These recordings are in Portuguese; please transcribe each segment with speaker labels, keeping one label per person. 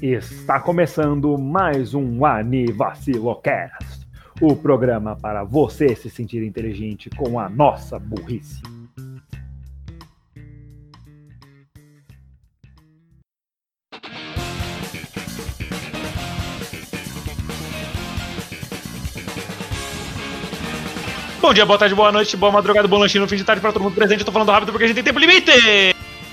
Speaker 1: Está começando mais um Anivacilocast, o programa para você se sentir inteligente com a nossa burrice.
Speaker 2: Bom dia, boa tarde, boa noite, boa madrugada, bom lanchinho no fim de tarde para todo mundo presente. Eu tô falando rápido porque a gente tem tempo limite.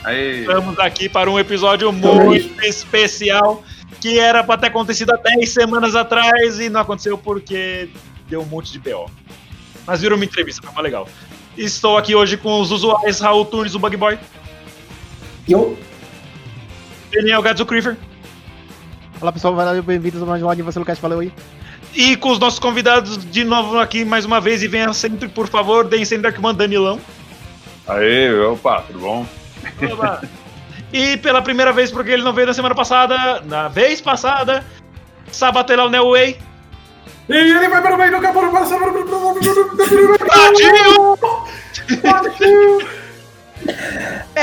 Speaker 3: Aí,
Speaker 2: Estamos aqui para um episódio muito especial que era para ter acontecido há 10 semanas atrás e não aconteceu porque deu um monte de BO. Mas virou uma entrevista, foi mais legal. Estou aqui hoje com os usuários Raul Tunes, o Bug Boy,
Speaker 4: Eu?
Speaker 2: Daniel Gadzo Creeper
Speaker 5: Olá pessoal, valeu, bem-vindos a mais um Anivacilo Cast, valeu aí.
Speaker 2: e com os nossos convidados de novo aqui mais uma vez. E venha sempre, por favor, deem sempre Darkman Danilão.
Speaker 3: aí, opa, tudo bom?
Speaker 2: Oba. E pela primeira vez, porque ele não veio na semana passada, na vez passada, Sabatelão Neway.
Speaker 4: E ele vai para o meio do campo para
Speaker 2: Tadinho!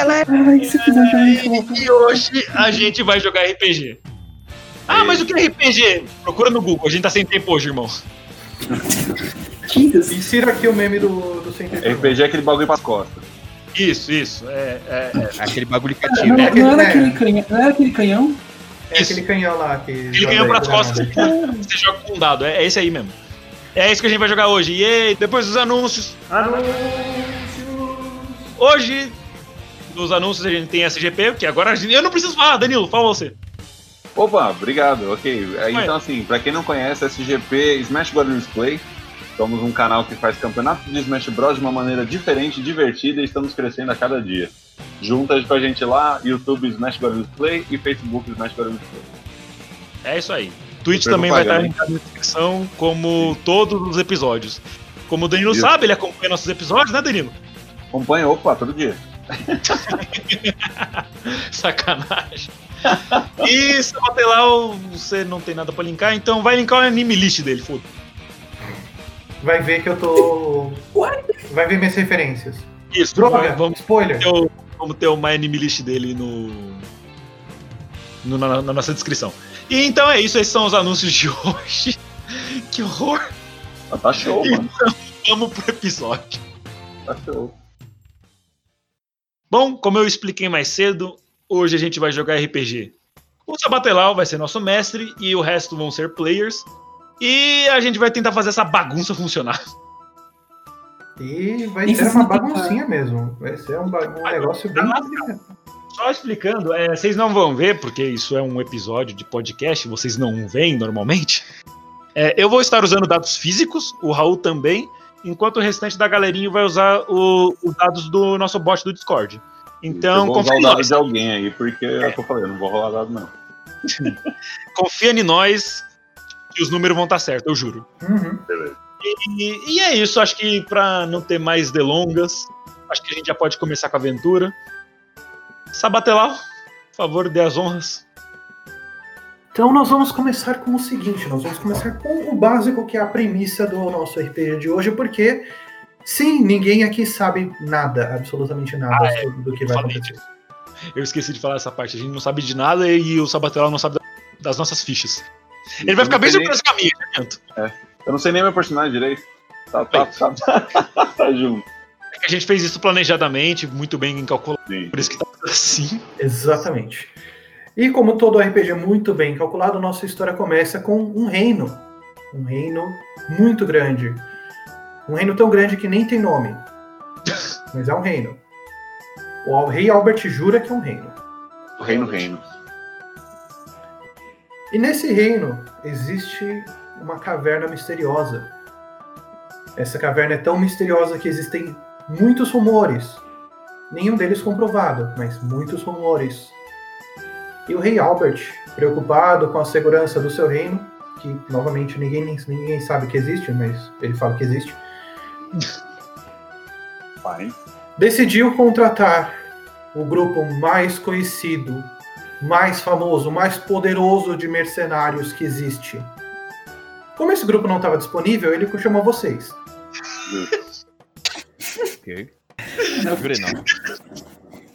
Speaker 4: Ai, se fizer já
Speaker 2: E hoje a gente vai jogar RPG. Ah, mas o que é RPG? Procura no Google, a gente tá sem tempo hoje, irmão.
Speaker 4: Jesus.
Speaker 6: Insira aqui o meme do, do Sem Tempo.
Speaker 3: RPG é aquele bagulho pras costas.
Speaker 2: Isso, isso. É, é,
Speaker 5: Aquele bagulho
Speaker 4: Não,
Speaker 5: cativo.
Speaker 4: não era
Speaker 6: É.
Speaker 4: aquele canhão, não era aquele canhão?
Speaker 6: É
Speaker 2: Isso.
Speaker 6: aquele canhão lá que.
Speaker 2: Ele ganhou
Speaker 6: né?
Speaker 2: pras costas, você você joga com um dado. É, é esse aí mesmo. É isso que a gente vai jogar hoje. E aí, depois dos anúncios. Hoje, nos anúncios, a gente tem SGP, que agora a gente... eu não preciso falar, Danilo, fala você.
Speaker 3: Opa, obrigado, ok. Aí, Então, assim, pra quem não conhece, SGP Smash Brothers Play. Somos um canal que faz campeonato de Smash Bros. de uma maneira diferente, divertida e estamos crescendo a cada dia. Juntas com a gente lá, YouTube Smash Brothers Play e Facebook Smash Brothers Play.
Speaker 2: É isso aí. Twitch
Speaker 3: Super
Speaker 2: também vai estar
Speaker 3: propaganda.
Speaker 2: linkado na descrição, como todos os episódios. Como o Danilo
Speaker 3: Isso.
Speaker 2: sabe, ele acompanha nossos episódios, né, Danilo?
Speaker 3: Acompanha, opa, todo dia.
Speaker 2: Sacanagem. e se bater lá, você não tem nada pra linkar, então vai linkar o anime list dele, foda.
Speaker 6: Vai ver que eu tô. Vai ver minhas referências.
Speaker 2: Isso,
Speaker 6: Droga!
Speaker 2: vamos
Speaker 6: Spoiler!
Speaker 2: ter, o, vamos ter uma anime list dele no, no- na, na nossa descrição. E então é isso, esses são os anúncios de hoje. que horror!
Speaker 3: Ah, Tá show, mano.
Speaker 2: Vamos pro episódio.
Speaker 3: Tá show.
Speaker 2: Bom, como eu expliquei mais cedo, hoje a gente vai jogar RPG. O Sabatelau vai ser nosso mestre e o resto vão ser players. E a gente vai tentar fazer essa bagunça funcionar.
Speaker 6: E vai
Speaker 4: Isso
Speaker 6: ser uma
Speaker 4: sim, cara.
Speaker 6: baguncinha mesmo. Vai ser um, ba- um
Speaker 2: Vai
Speaker 6: negócio bem.
Speaker 2: nada, Só explicando, é, vocês não vão ver, porque isso é um episódio de podcast, vocês não veem normalmente. É, eu vou estar usando dados físicos, o Raul também, enquanto o restante da galerinha vai usar o- os dados do nosso bot do Discord.
Speaker 3: eu
Speaker 2: Então,
Speaker 3: vou usar
Speaker 2: confia
Speaker 3: o
Speaker 2: em
Speaker 3: dado
Speaker 2: nós.
Speaker 3: de alguém aí, porque é o que eu falei, eu não vou rolar dado, não.
Speaker 2: Confia em nós que os números vão estar certos, eu juro.
Speaker 6: Uhum.
Speaker 2: E, e é isso, acho que pra não ter mais delongas, acho que a gente já pode começar com a aventura. Sabatelau, por favor, dê as honras.
Speaker 6: Então nós vamos começar com o seguinte: nós vamos começar com o básico, que é a premissa do nosso RPG de hoje, porque sim, ninguém aqui sabe nada, absolutamente nada
Speaker 2: Ah, é.
Speaker 6: sobre do que vai
Speaker 2: Falei
Speaker 6: acontecer.
Speaker 2: Eu esqueci de falar essa parte, a gente não sabe de nada e o Sabatelau não sabe da- das nossas fichas. Ele vai ficar bem
Speaker 3: Eu Então, não sei nem-
Speaker 2: surpreso com a minha, eu adianto.
Speaker 3: Eu não sei nem meu personagem direito. Tá, tá, tá, tá, junto.
Speaker 2: É que a gente fez isso planejadamente, muito bem calculado,
Speaker 3: Sim.
Speaker 2: por isso que tá tudo assim.
Speaker 6: Exatamente. E como todo RPG muito bem calculado, nossa história começa com um reino. Um reino muito grande. Um reino tão grande que nem tem nome. Mas é um reino. O Al- rei Albert jura que é um reino.
Speaker 3: O reino, reino.
Speaker 6: E nesse reino existe uma caverna misteriosa. Essa caverna é tão misteriosa que existem muitos rumores. Nenhum deles comprovado, mas muitos rumores. E o rei Albert, preocupado com a segurança do seu reino, que novamente ninguém, nem- ninguém sabe que existe, mas ele fala que existe,
Speaker 3: Pai.
Speaker 6: decidiu contratar o grupo mais conhecido, mais famoso, mais poderoso de mercenários que existe. Como esse grupo não estava disponível, ele chamou vocês.
Speaker 5: Não, não.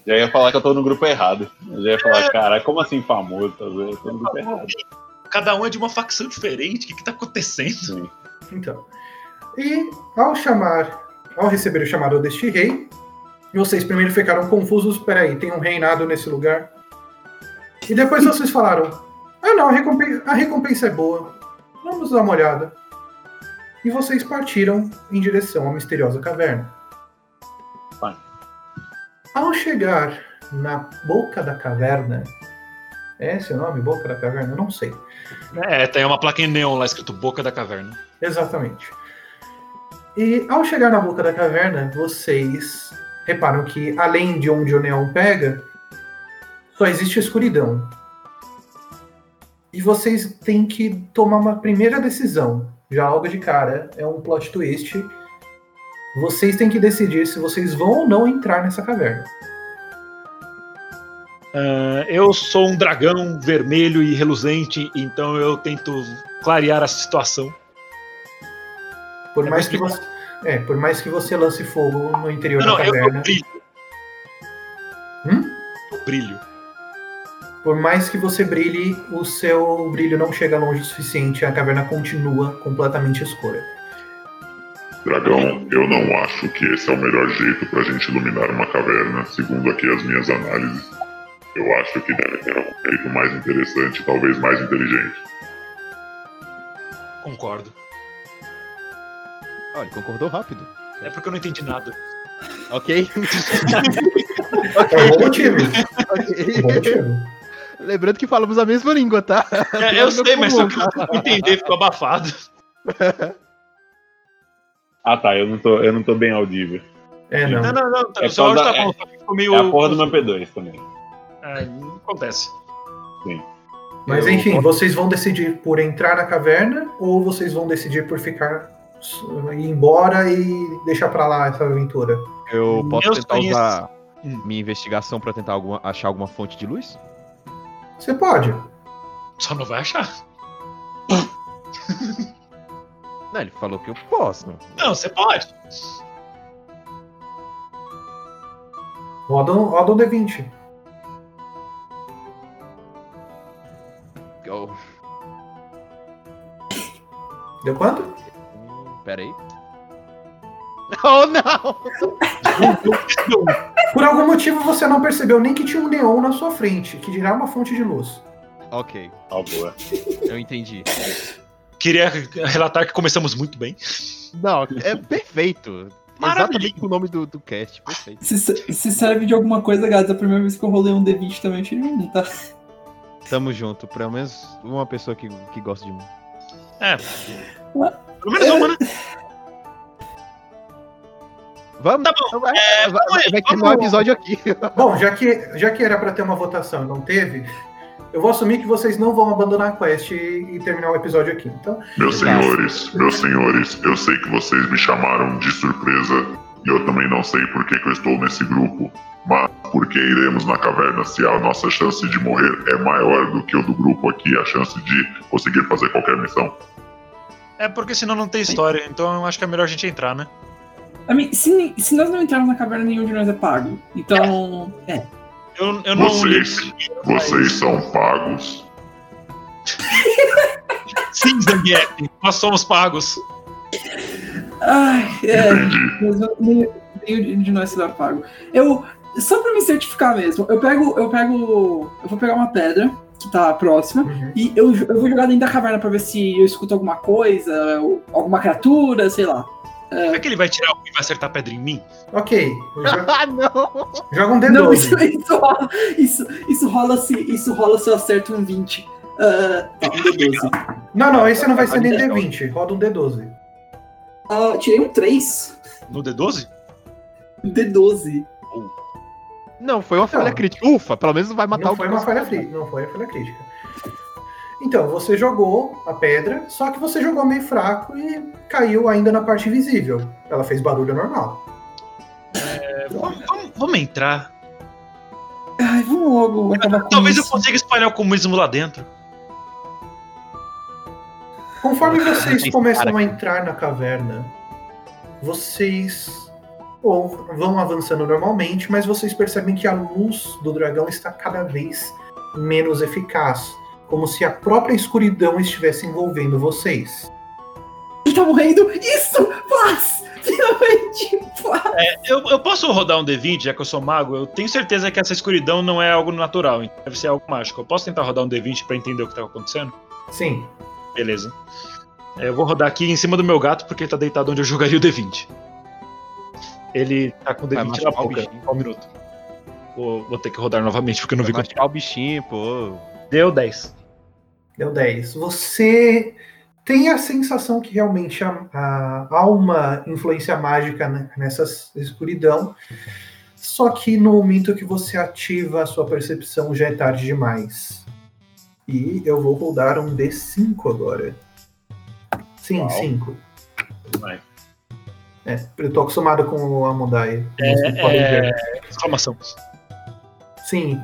Speaker 3: Já ia falar que eu tô no grupo errado. Eu já ia falar, cara, como assim famoso? Eu tô no grupo errado.
Speaker 2: Cada um é de uma facção diferente. O que, que tá acontecendo?
Speaker 6: Então. E ao chamar, ao receber o chamado deste rei, vocês primeiro ficaram confusos, peraí, tem um reinado nesse lugar. E depois vocês falaram, ah não, a recompensa, a recompensa é boa. Vamos dar uma olhada. E vocês partiram em direção à misteriosa caverna.
Speaker 3: Vai.
Speaker 6: Ao chegar na boca da caverna. É esse o nome? Boca da caverna? Eu Não sei.
Speaker 2: É, tem uma placa em neon lá escrito Boca da Caverna.
Speaker 6: Exatamente. E ao chegar na boca da caverna, vocês reparam que além de onde o neon pega, só existe escuridão. E vocês têm que tomar uma primeira decisão. Já logo de cara, é um plot twist. Vocês têm que decidir se vocês vão ou não entrar nessa caverna.
Speaker 2: Ah, eu sou um dragão vermelho e reluzente, então eu tento clarear a situação.
Speaker 6: Por
Speaker 2: É
Speaker 6: mais que
Speaker 2: bem
Speaker 6: você, é, por mais que você lance fogo no interior
Speaker 2: Não, não,
Speaker 6: da
Speaker 2: eu, eu
Speaker 6: caverna,
Speaker 2: brilho.
Speaker 6: Hum?
Speaker 2: Eu brilho.
Speaker 6: por mais que você brilhe, o seu brilho não chega longe o suficiente, a caverna continua completamente escura.
Speaker 7: Dragão, eu não acho que esse é o melhor jeito pra gente iluminar uma caverna, segundo aqui as minhas análises. Eu acho que deve ter um jeito mais interessante, talvez mais inteligente.
Speaker 2: Concordo.
Speaker 5: Olha, concordou rápido.
Speaker 2: É porque eu não entendi nada.
Speaker 5: Ok.
Speaker 6: É um bom motivo. É um bom
Speaker 5: ok.
Speaker 6: motivo.
Speaker 5: Lembrando que falamos a mesma língua, tá?
Speaker 2: É, eu sei, mas só que eu não entendi, ficou abafado.
Speaker 3: Ah tá, eu não tô, eu não tô bem audível.
Speaker 6: É, não.
Speaker 2: Não, não, não. Tá,
Speaker 3: É
Speaker 2: só áudio
Speaker 3: foda-
Speaker 2: tá bom, só que ficou meio.
Speaker 3: É a porra do meu P2 também.
Speaker 2: É, não acontece.
Speaker 6: Mas
Speaker 3: Eu-
Speaker 6: enfim, vocês vão decidir por entrar na caverna ou vocês vão decidir por ficar eh, ir embora e deixar pra lá essa aventura?
Speaker 8: Eu posso
Speaker 2: Hum, Meus
Speaker 8: tentar
Speaker 2: sonhos-
Speaker 8: usar
Speaker 2: Hum.
Speaker 8: minha investigação pra tentar alguma- achar alguma fonte de luz?
Speaker 6: Você pode.
Speaker 2: Só não vai achar.
Speaker 8: Não, ele falou que eu posso.
Speaker 2: Não, você pode.
Speaker 6: Roda um, roda um D20.
Speaker 8: Eu...
Speaker 6: Deu quanto?
Speaker 8: Hum, Pera aí.
Speaker 5: Oh, não!
Speaker 6: Por algum motivo você não percebeu nem que tinha um neon na sua frente, que dirá uma fonte de luz.
Speaker 5: Ok.
Speaker 3: Ó, Tá boa.
Speaker 8: Eu entendi.
Speaker 2: Queria relatar que começamos muito bem.
Speaker 5: Não, é perfeito. Exatamente com o nome do, do cast, perfeito.
Speaker 4: Se, se serve de alguma coisa, gata, a primeira vez que eu rolei um D20 também eu tirei um, tá?
Speaker 8: Tamo junto, pelo menos uma pessoa que, que gosta de mim.
Speaker 2: É. Pelo menos uma, né?
Speaker 5: Vamos,
Speaker 2: Tá bom,
Speaker 5: então vai, vai,
Speaker 2: vamos aí,
Speaker 5: vai terminar o
Speaker 2: vamos.
Speaker 5: episódio aqui.
Speaker 6: Bom, já que, já que era pra ter uma votação e não teve, eu vou assumir que vocês não vão abandonar a quest e, e terminar o episódio aqui. Então,
Speaker 7: Meus senhores, meus senhores, eu sei que vocês me chamaram de surpresa e eu também não sei por que, que eu estou nesse grupo, mas por que iremos na caverna se a nossa chance de morrer é maior do que o do grupo aqui, a chance de conseguir fazer qualquer missão?
Speaker 2: É porque senão não tem história, então eu acho que é melhor a gente entrar, né?
Speaker 4: I mean, se, se nós não entrarmos na caverna, nenhum de nós é pago. Então, é.
Speaker 2: Eu, eu não.
Speaker 7: Vocês, vocês são pagos.
Speaker 2: Sim, Zangief, nós somos pagos.
Speaker 4: Ai, é.
Speaker 7: Entendi.
Speaker 4: mas eu- Nenhum nenhum de nós será pago. Eu. Só pra me certificar mesmo, eu pego. Eu pego. Eu vou pegar uma pedra que tá próxima.
Speaker 6: uhum.
Speaker 4: E eu, eu vou jogar dentro da caverna pra ver se eu escuto alguma coisa, ou alguma criatura, sei lá.
Speaker 2: Será que ele vai tirar um e vai acertar a pedra em mim?
Speaker 6: ok. Joga,
Speaker 5: Ah, não!
Speaker 6: joga um D12.
Speaker 4: Não, isso, isso rola. Isso, isso rola se, isso rola se eu acerto um 20. Ah, tá, um D12.
Speaker 6: Não, não, esse não vai ser nem D20. Roda um D12.
Speaker 4: Ah, tirei um 3.
Speaker 2: No D12?
Speaker 4: Um D12.
Speaker 5: Não, foi uma falha
Speaker 6: Não.
Speaker 5: crítica. Ufa, pelo menos não vai matar
Speaker 6: não
Speaker 5: o
Speaker 6: foi uma falha
Speaker 5: crítica.
Speaker 6: crítica. Não foi a falha crítica. Então, você jogou a pedra, só que você jogou meio fraco e caiu ainda na parte invisível. Ela fez barulho normal.
Speaker 2: É, vamos, vamos- vamos entrar.
Speaker 4: Ai, vamos logo acabar com
Speaker 2: Talvez eu
Speaker 4: isso.
Speaker 2: consiga espalhar o comunismo lá dentro.
Speaker 6: Conforme
Speaker 5: Cara,
Speaker 6: vocês
Speaker 5: tem
Speaker 6: começam
Speaker 5: cara
Speaker 6: a entrar na caverna, vocês ou vão avançando normalmente, mas vocês percebem que a luz do dragão está cada vez menos eficaz, como se a própria escuridão estivesse envolvendo vocês.
Speaker 4: Ele tá morrendo! Isso! Paz! Finalmente! Paz!
Speaker 2: Eu, eu posso rodar um D20, já que eu sou mago? Eu tenho certeza que essa escuridão não é algo natural, então deve ser algo mágico. Eu posso tentar rodar um D20 pra entender o que tá acontecendo?
Speaker 6: Sim,
Speaker 2: Beleza. É, eu vou rodar aqui em cima do meu gato, porque ele tá deitado onde eu jogaria o D20. Ele tá com o
Speaker 5: Vai
Speaker 2: D20 na
Speaker 5: machucar o
Speaker 2: boca.
Speaker 5: bichinho.
Speaker 2: Só um minuto. Vou, vou ter que rodar novamente, porque eu não vi quanto.
Speaker 5: machucar o bichinho, pô.
Speaker 2: Deu 10.
Speaker 6: Deu 10. Você tem a sensação que realmente há, há- há uma influência mágica né, nessa s- escuridão, só que no momento que você ativa a sua percepção já é tarde demais. E eu vou rodar um D5 agora. Sim,
Speaker 3: Uau.
Speaker 6: 5.
Speaker 3: Vai.
Speaker 6: É, eu tô acostumado com o Amodai. como vocês podem ver.
Speaker 2: É, exclamação.
Speaker 6: Sim,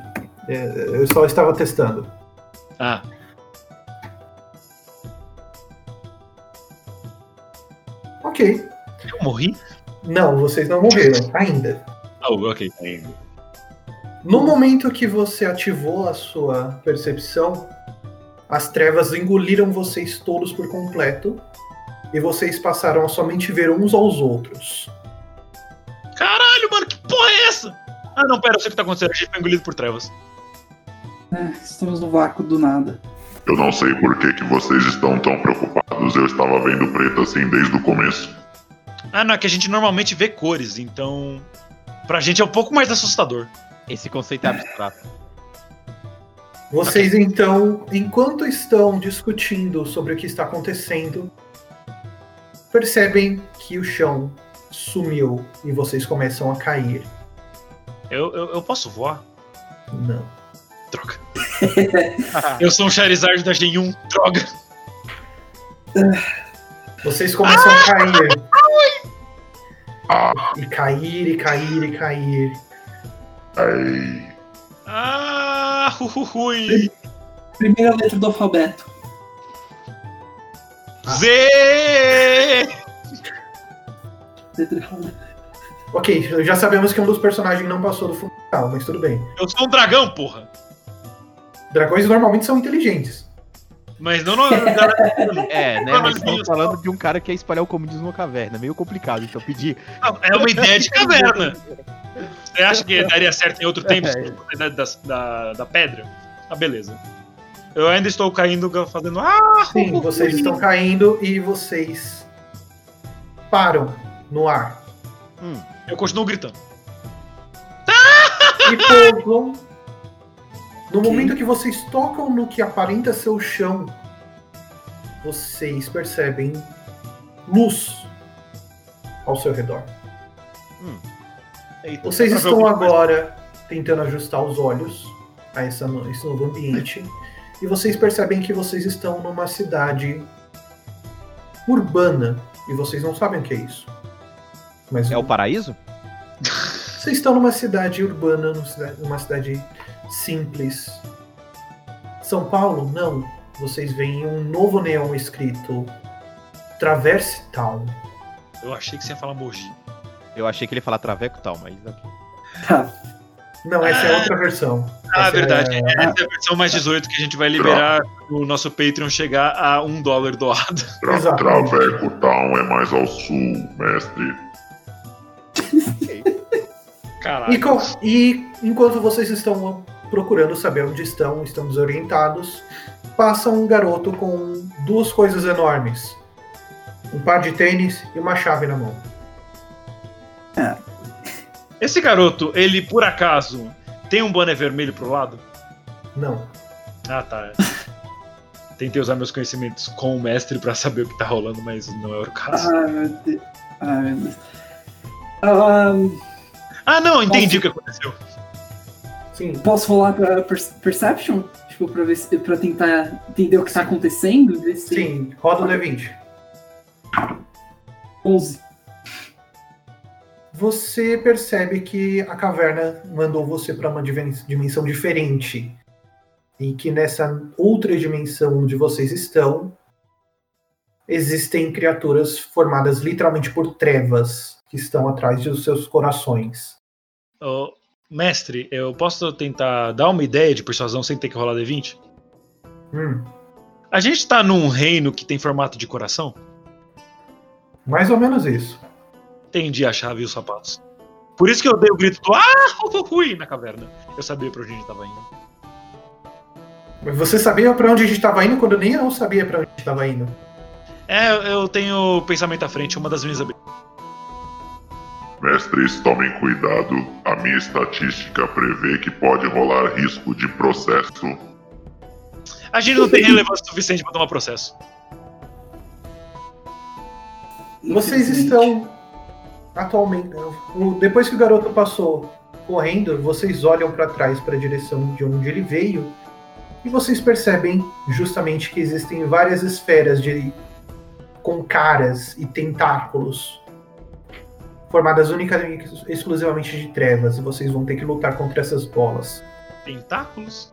Speaker 6: é, eu só estava testando.
Speaker 2: Ah,
Speaker 6: Ok.
Speaker 2: eu morri?
Speaker 6: Não, vocês não morreram ainda.
Speaker 2: Ah, ok.
Speaker 6: No momento que você ativou a sua percepção, as trevas engoliram vocês todos por completo e vocês passaram a somente ver uns aos outros.
Speaker 2: Caralho, mano, que porra é essa? Ah, não, pera, eu sei o que tá acontecendo. A gente foi engolido por trevas.
Speaker 4: É, estamos no vácuo do nada.
Speaker 7: Eu não sei por que, que vocês estão tão preocupados, eu estava vendo preto assim desde o começo.
Speaker 2: Ah, não, é que a gente normalmente vê cores, então. Pra gente é um pouco mais assustador.
Speaker 5: Esse conceito é abstrato.
Speaker 6: Vocês então, enquanto estão discutindo sobre o que está acontecendo, percebem que o chão sumiu e vocês começam a cair.
Speaker 2: Eu, eu, eu posso voar?
Speaker 6: Não.
Speaker 2: Droga. eu sou um Charizard da Gen 1. Droga.
Speaker 6: Vocês começam a cair.
Speaker 7: Ah,
Speaker 6: E cair, e cair, e cair.
Speaker 7: ai.
Speaker 2: Ah, ruhui.
Speaker 4: Primeira letra do alfabeto.
Speaker 2: Z!
Speaker 4: Letra errada.
Speaker 6: Ok, já sabemos que um dos personagens não passou do funeral, mas tudo bem.
Speaker 2: Eu sou um dragão, porra.
Speaker 6: Dragões normalmente são inteligentes.
Speaker 2: Mas não, não galera,
Speaker 5: É, né?
Speaker 2: Ah,
Speaker 5: Mas
Speaker 2: mas
Speaker 5: estamos
Speaker 2: isso-
Speaker 5: falando de um cara que ia espalhar o comunismo numa caverna. Meio complicado, então pedir.
Speaker 2: não, é uma ideia de caverna. Você acha que daria certo em outro
Speaker 6: É.
Speaker 2: tempo? se fosse Da, da, da, da pedra? Ah, beleza. Eu ainda estou caindo fazendo. Ah,
Speaker 6: Sim, vocês estão caindo e vocês param no ar
Speaker 2: Eu continuo gritando.
Speaker 6: e pousam. Tipo, No momento que vocês tocam no que aparenta ser o chão, vocês percebem luz ao seu redor. Vocês estão agora tentando ajustar os olhos a essa no- esse novo ambiente e vocês percebem que vocês estão numa cidade urbana e vocês não sabem o que é isso. Mas
Speaker 5: É o paraíso?
Speaker 6: vocês estão numa cidade urbana, num cida- numa cidade simples. São Paulo? Não. Vocês veem um novo neon escrito Traverse Town.
Speaker 2: Eu achei que você ia falar Mogi.
Speaker 5: Eu achei que ele ia falar traveco e tal, mas. ok.
Speaker 4: Tá.
Speaker 6: Não, essa é outra versão.
Speaker 2: Ah,
Speaker 6: Essa é-
Speaker 2: verdade. Essa é a versão mais 18 que a gente vai liberar no nosso Patreon chegar a um dólar doado.
Speaker 7: Tra
Speaker 6: Exatamente.
Speaker 7: Traveco Town é mais ao sul, mestre.
Speaker 2: Caralho.
Speaker 6: E, co- e enquanto vocês estão procurando saber onde estão, estão desorientados, passa um garoto com duas coisas enormes: um par de tênis e uma chave na mão.
Speaker 2: Esse garoto, ele por acaso tem um boné vermelho pro lado?
Speaker 6: Não.
Speaker 2: Ah, tá. Tentei usar meus conhecimentos com o mestre pra saber o que tá rolando, mas não é o caso.
Speaker 4: Ai, meu Deus. Ai, meu Deus. Ah,
Speaker 2: Ah, não, entendi o que aconteceu.
Speaker 6: Sim.
Speaker 4: posso rolar pra per- Perception? Tipo, pra, ver se, pra tentar entender o que tá acontecendo? Ver se-
Speaker 6: Sim, roda o D20.
Speaker 4: 11.
Speaker 6: Você percebe que a caverna mandou você para uma diven- dimensão diferente. E que nessa outra dimensão onde vocês estão, existem criaturas formadas literalmente por trevas. que estão atrás dos seus corações.
Speaker 2: Ô, mestre, eu posso tentar dar uma ideia de persuasão sem ter que rolar D20?
Speaker 6: Hum,
Speaker 2: A gente tá num reino que tem formato de coração?
Speaker 6: mais ou menos isso.
Speaker 2: Entendi a chave e os sapatos. Por isso que eu dei o grito do Ah! Fui! Na caverna. Eu sabia pra onde a gente tava indo.
Speaker 6: Mas Você sabia pra onde a gente estava indo quando nem eu sabia pra onde a gente estava indo?
Speaker 2: É, eu tenho pensamento à frente, uma das minhas habilidades.
Speaker 7: Mestres, tomem cuidado. A minha estatística prevê que pode rolar risco de processo.
Speaker 2: A gente não tem relevância suficiente pra tomar processo.
Speaker 6: Vocês
Speaker 4: Infelizmente.
Speaker 6: estão atualmente. né? o- Depois que o garoto passou correndo, vocês olham para trás para a direção de onde ele veio e vocês percebem justamente que existem várias esferas de com caras e tentáculos formadas única e exclusivamente de trevas e vocês vão ter que lutar contra essas bolas.
Speaker 2: Tentáculos?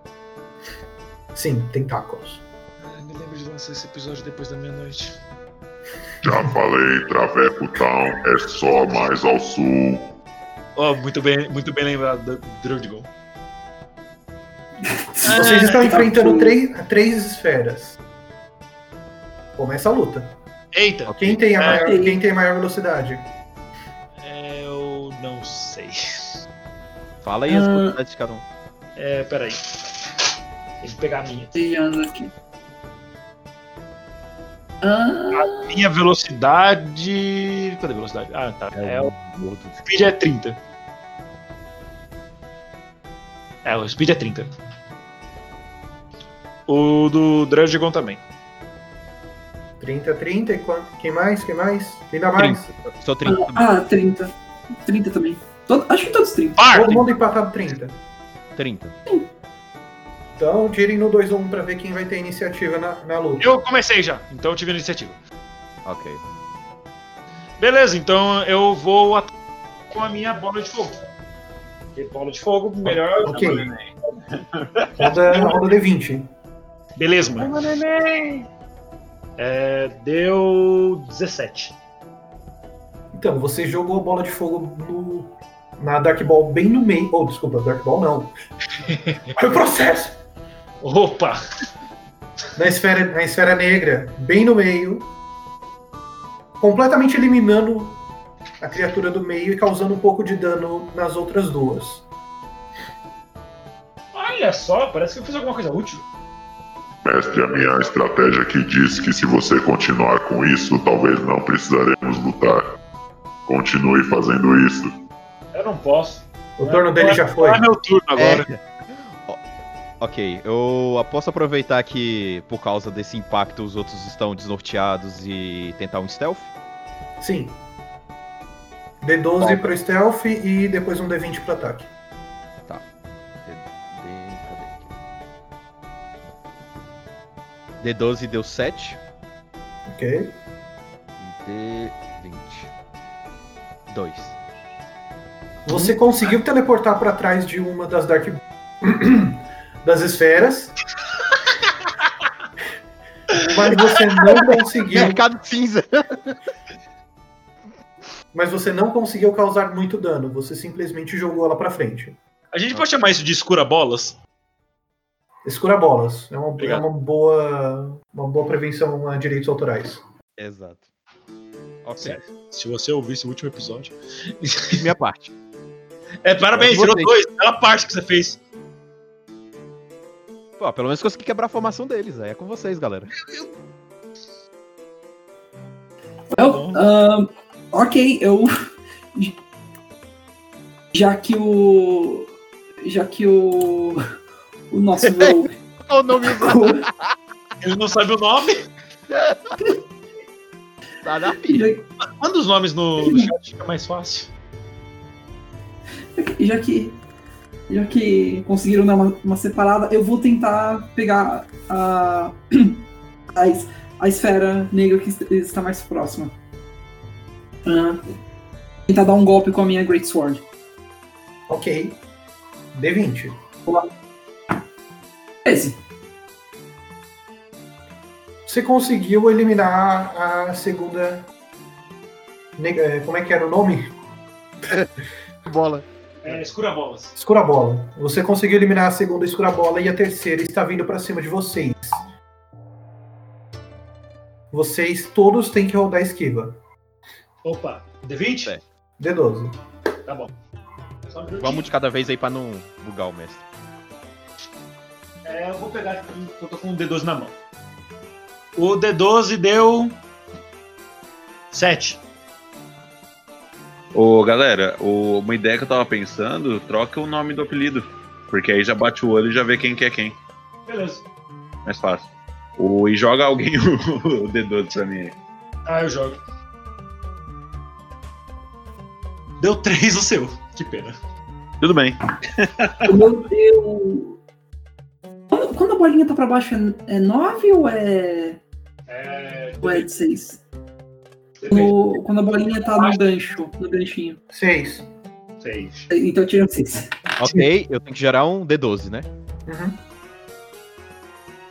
Speaker 6: Sim, tentáculos.
Speaker 2: Ah, me lembro de lançar esse episódio depois da meia-noite.
Speaker 7: Já falei, Traveco Town é só mais ao sul.
Speaker 2: Ó, muito bem, muito bem lembrado, Drudgon.
Speaker 4: Ah,
Speaker 6: Vocês estão enfrentando
Speaker 4: tentáculo.
Speaker 6: três, três esferas. Começa a luta.
Speaker 2: Eita!
Speaker 6: Quem tem a
Speaker 2: É.
Speaker 6: maior, quem tem a maior velocidade?
Speaker 2: É, eu não sei.
Speaker 5: Fala aí as
Speaker 4: Ah.
Speaker 5: quantidades de cada um.
Speaker 2: É, peraí. Tem que pegar a minha.
Speaker 4: Trilhando aqui. Ah,
Speaker 2: Minha velocidade. Cadê a velocidade? Ah, tá. É, o speed é 30. É, o speed é 30. O do Drudgon também.
Speaker 6: 30, 30 e quanto? Quem mais? Quem mais? Ainda mais?
Speaker 5: Só 30 também.
Speaker 4: ah, 30. 30 também. Todo- acho que todos 30.
Speaker 2: Par!
Speaker 6: Todo mundo empatado 30.
Speaker 5: 30.
Speaker 6: Então tirem no 2 ou 1 pra ver quem vai ter iniciativa na, na luta.
Speaker 2: Eu comecei já, então eu tive a iniciativa.
Speaker 5: Ok.
Speaker 2: Beleza, então eu vou atacar com a minha bola de fogo. Porque bola de fogo, melhor.
Speaker 6: Ok. Roda, roda D20.
Speaker 2: Beleza, mano. É, deu 17.
Speaker 6: Então, você jogou a bola de fogo no, na Dark Ball bem no meio. Oh, desculpa, Dark Ball não. Foi o processo!
Speaker 2: Opa!
Speaker 6: Na esfera, na esfera negra, bem no meio. Completamente eliminando a criatura do meio e causando um pouco de dano nas outras duas.
Speaker 2: Olha só, parece que eu fiz alguma coisa útil.
Speaker 7: Mestre, a minha estratégia aqui diz que se você continuar com isso, talvez não precisaremos lutar. Continue fazendo isso.
Speaker 2: Eu não posso.
Speaker 6: O turno dele já foi.
Speaker 2: É meu turno agora.
Speaker 5: Ok, eu posso aproveitar que por causa desse impacto os outros estão desnorteados e tentar um stealth?
Speaker 6: Sim. D12 pro stealth e depois um D20 pro ataque.
Speaker 5: Tá. D... D12 deu 7
Speaker 6: Ok?
Speaker 5: e D20. 2.
Speaker 6: Você conseguiu teleportar pra trás de uma das Dark. das esferas. mas você não conseguiu.
Speaker 5: Mercado cinza!
Speaker 6: Mas você não conseguiu causar muito dano. Você simplesmente jogou ela pra frente.
Speaker 2: A gente pode chamar isso de escura bolas?
Speaker 6: Escura bolas. É uma, é
Speaker 2: Obrigado.
Speaker 6: uma boa. Uma boa prevenção a direitos autorais.
Speaker 5: Exato. Ok.
Speaker 2: Se você ouvisse o último episódio.
Speaker 5: Minha parte.
Speaker 2: É, parabéns,
Speaker 5: Eu
Speaker 2: tirou
Speaker 5: vou ter.
Speaker 2: dois. Pela parte que você fez.
Speaker 5: Pô, pelo menos consegui quebrar a formação deles. Aí é com vocês, galera.
Speaker 2: bom.
Speaker 4: eu, ah, ok, eu. Já que o. Já que o. O nosso voo.
Speaker 5: Olha o nome
Speaker 2: Ele não sabe o nome.
Speaker 5: tá na filha.
Speaker 2: Manda os nomes no, no chat, fica mais fácil.
Speaker 4: já que já que conseguiram dar uma, uma separada, eu vou tentar pegar a a, es- a esfera negra que est- está mais próxima. Ah, tentar dar um golpe com a minha Great Sword.
Speaker 6: Ok. D20.
Speaker 4: 13.
Speaker 6: Você conseguiu eliminar a segunda neg- é, como é que era o nome?
Speaker 9: Bola.
Speaker 2: É, escura bolas.
Speaker 6: Escurabola. Você conseguiu eliminar a segunda escurabola e a terceira está vindo para cima de vocês. Vocês todos têm que rodar a esquiva.
Speaker 2: Opa, D20?
Speaker 5: É.
Speaker 6: D12.
Speaker 2: Tá bom. Só um minutinho.
Speaker 5: Vamos de cada vez aí pra não bugar o mestre.
Speaker 2: É, eu vou pegar aqui, eu tô com o D12 na mão. O D12 deu. 7.
Speaker 3: Ô, galera, o- uma ideia que eu tava pensando, troca o nome do apelido. Porque aí já bate o olho e já vê quem que é quem.
Speaker 2: Beleza.
Speaker 3: Mais fácil. O, e joga alguém o, o D12 pra mim aí.
Speaker 2: Ah, eu jogo. Deu 3 o seu. Que pena.
Speaker 3: Tudo bem.
Speaker 4: O meu deu. Quando, quando a bolinha tá pra baixo é 9 ou é.
Speaker 2: É.
Speaker 4: ou é de 6?
Speaker 2: Depende.
Speaker 4: Quando a bolinha tá no gancho, no ganchinho.
Speaker 6: Seis.
Speaker 2: Seis.
Speaker 4: Então eu tirei um 6.
Speaker 5: Ok, eu tenho que gerar um D12, né?
Speaker 6: Uhum.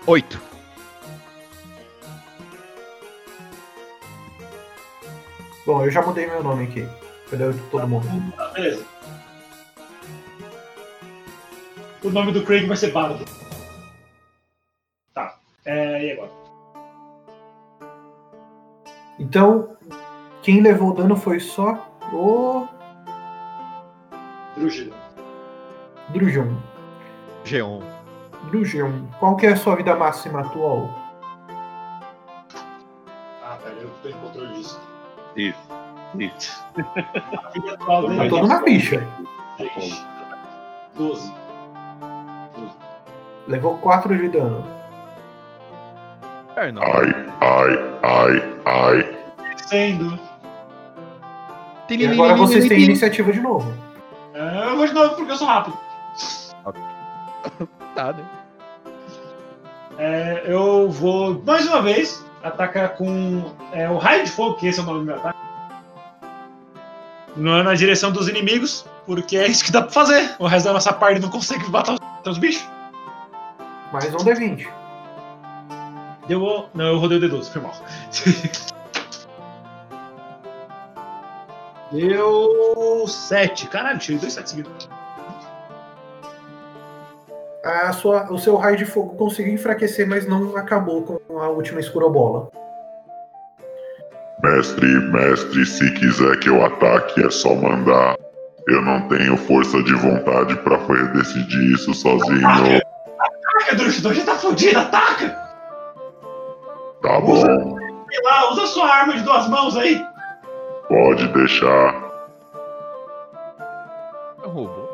Speaker 5: Oito.
Speaker 6: Bom, eu já mudei meu nome aqui. Cadê todo mundo?
Speaker 2: Tá, beleza. O nome do Craig vai ser Bardo. Tá. É, e agora?
Speaker 6: Então, quem levou o dano foi só o
Speaker 2: Drúgida.
Speaker 6: Drujon.
Speaker 5: G1.
Speaker 6: Drujon, qual que é a sua vida máxima atual?
Speaker 2: Ah, velho, eu tenho controle disso.
Speaker 3: Isso. Isso.
Speaker 2: A vida atual
Speaker 6: Tá
Speaker 2: dele
Speaker 6: todo na ficha.
Speaker 2: 12.
Speaker 6: Levou 4 de dano.
Speaker 5: É, não.
Speaker 7: Ai, ai, ai, ai.
Speaker 2: Sendo.
Speaker 6: E agora vocês têm iniciativa de novo.
Speaker 2: Ah, eu vou de novo porque eu sou rápido.
Speaker 5: Tá, né?
Speaker 2: É, eu vou mais uma vez atacar com é, o raio de fogo, que esse é o nome do meu ataque. Na, na direção dos inimigos, porque é isso que dá pra fazer. O resto da nossa parte não consegue matar os, os bichos.
Speaker 6: Mais um D20.
Speaker 2: Deu. Não, eu rodei o D12, foi mal. Deu 7. Caralho, tirei dois 7 seguidos.
Speaker 6: A sua, o seu raio de fogo conseguiu enfraquecer, mas não acabou com a última escurobola.
Speaker 7: Mestre, mestre, se quiser que eu ataque, é só mandar. Eu não tenho força de vontade pra poder decidir isso sozinho.
Speaker 2: Ataca, Druxidon, já tá fudido, ataca!
Speaker 7: Tá bom,
Speaker 2: Sei lá, usa sua arma de duas mãos aí.
Speaker 7: pode deixar.
Speaker 5: É um robô.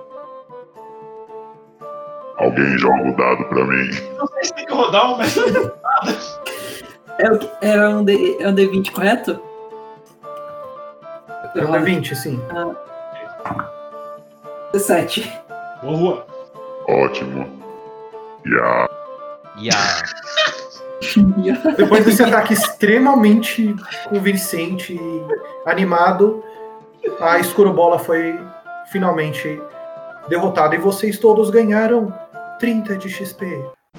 Speaker 7: Alguém joga o dado pra mim.
Speaker 2: Não sei se tem que rodar um, mas.
Speaker 4: É, o que- era um, D, é um D20 correto? É
Speaker 6: Era um D20, sim.
Speaker 4: 17.
Speaker 2: Boa.
Speaker 7: Ótimo. Yeah.
Speaker 5: E a.
Speaker 6: Depois desse ataque extremamente convincente e animado, a escurobola foi finalmente derrotada. E vocês todos ganharam 30 de XP.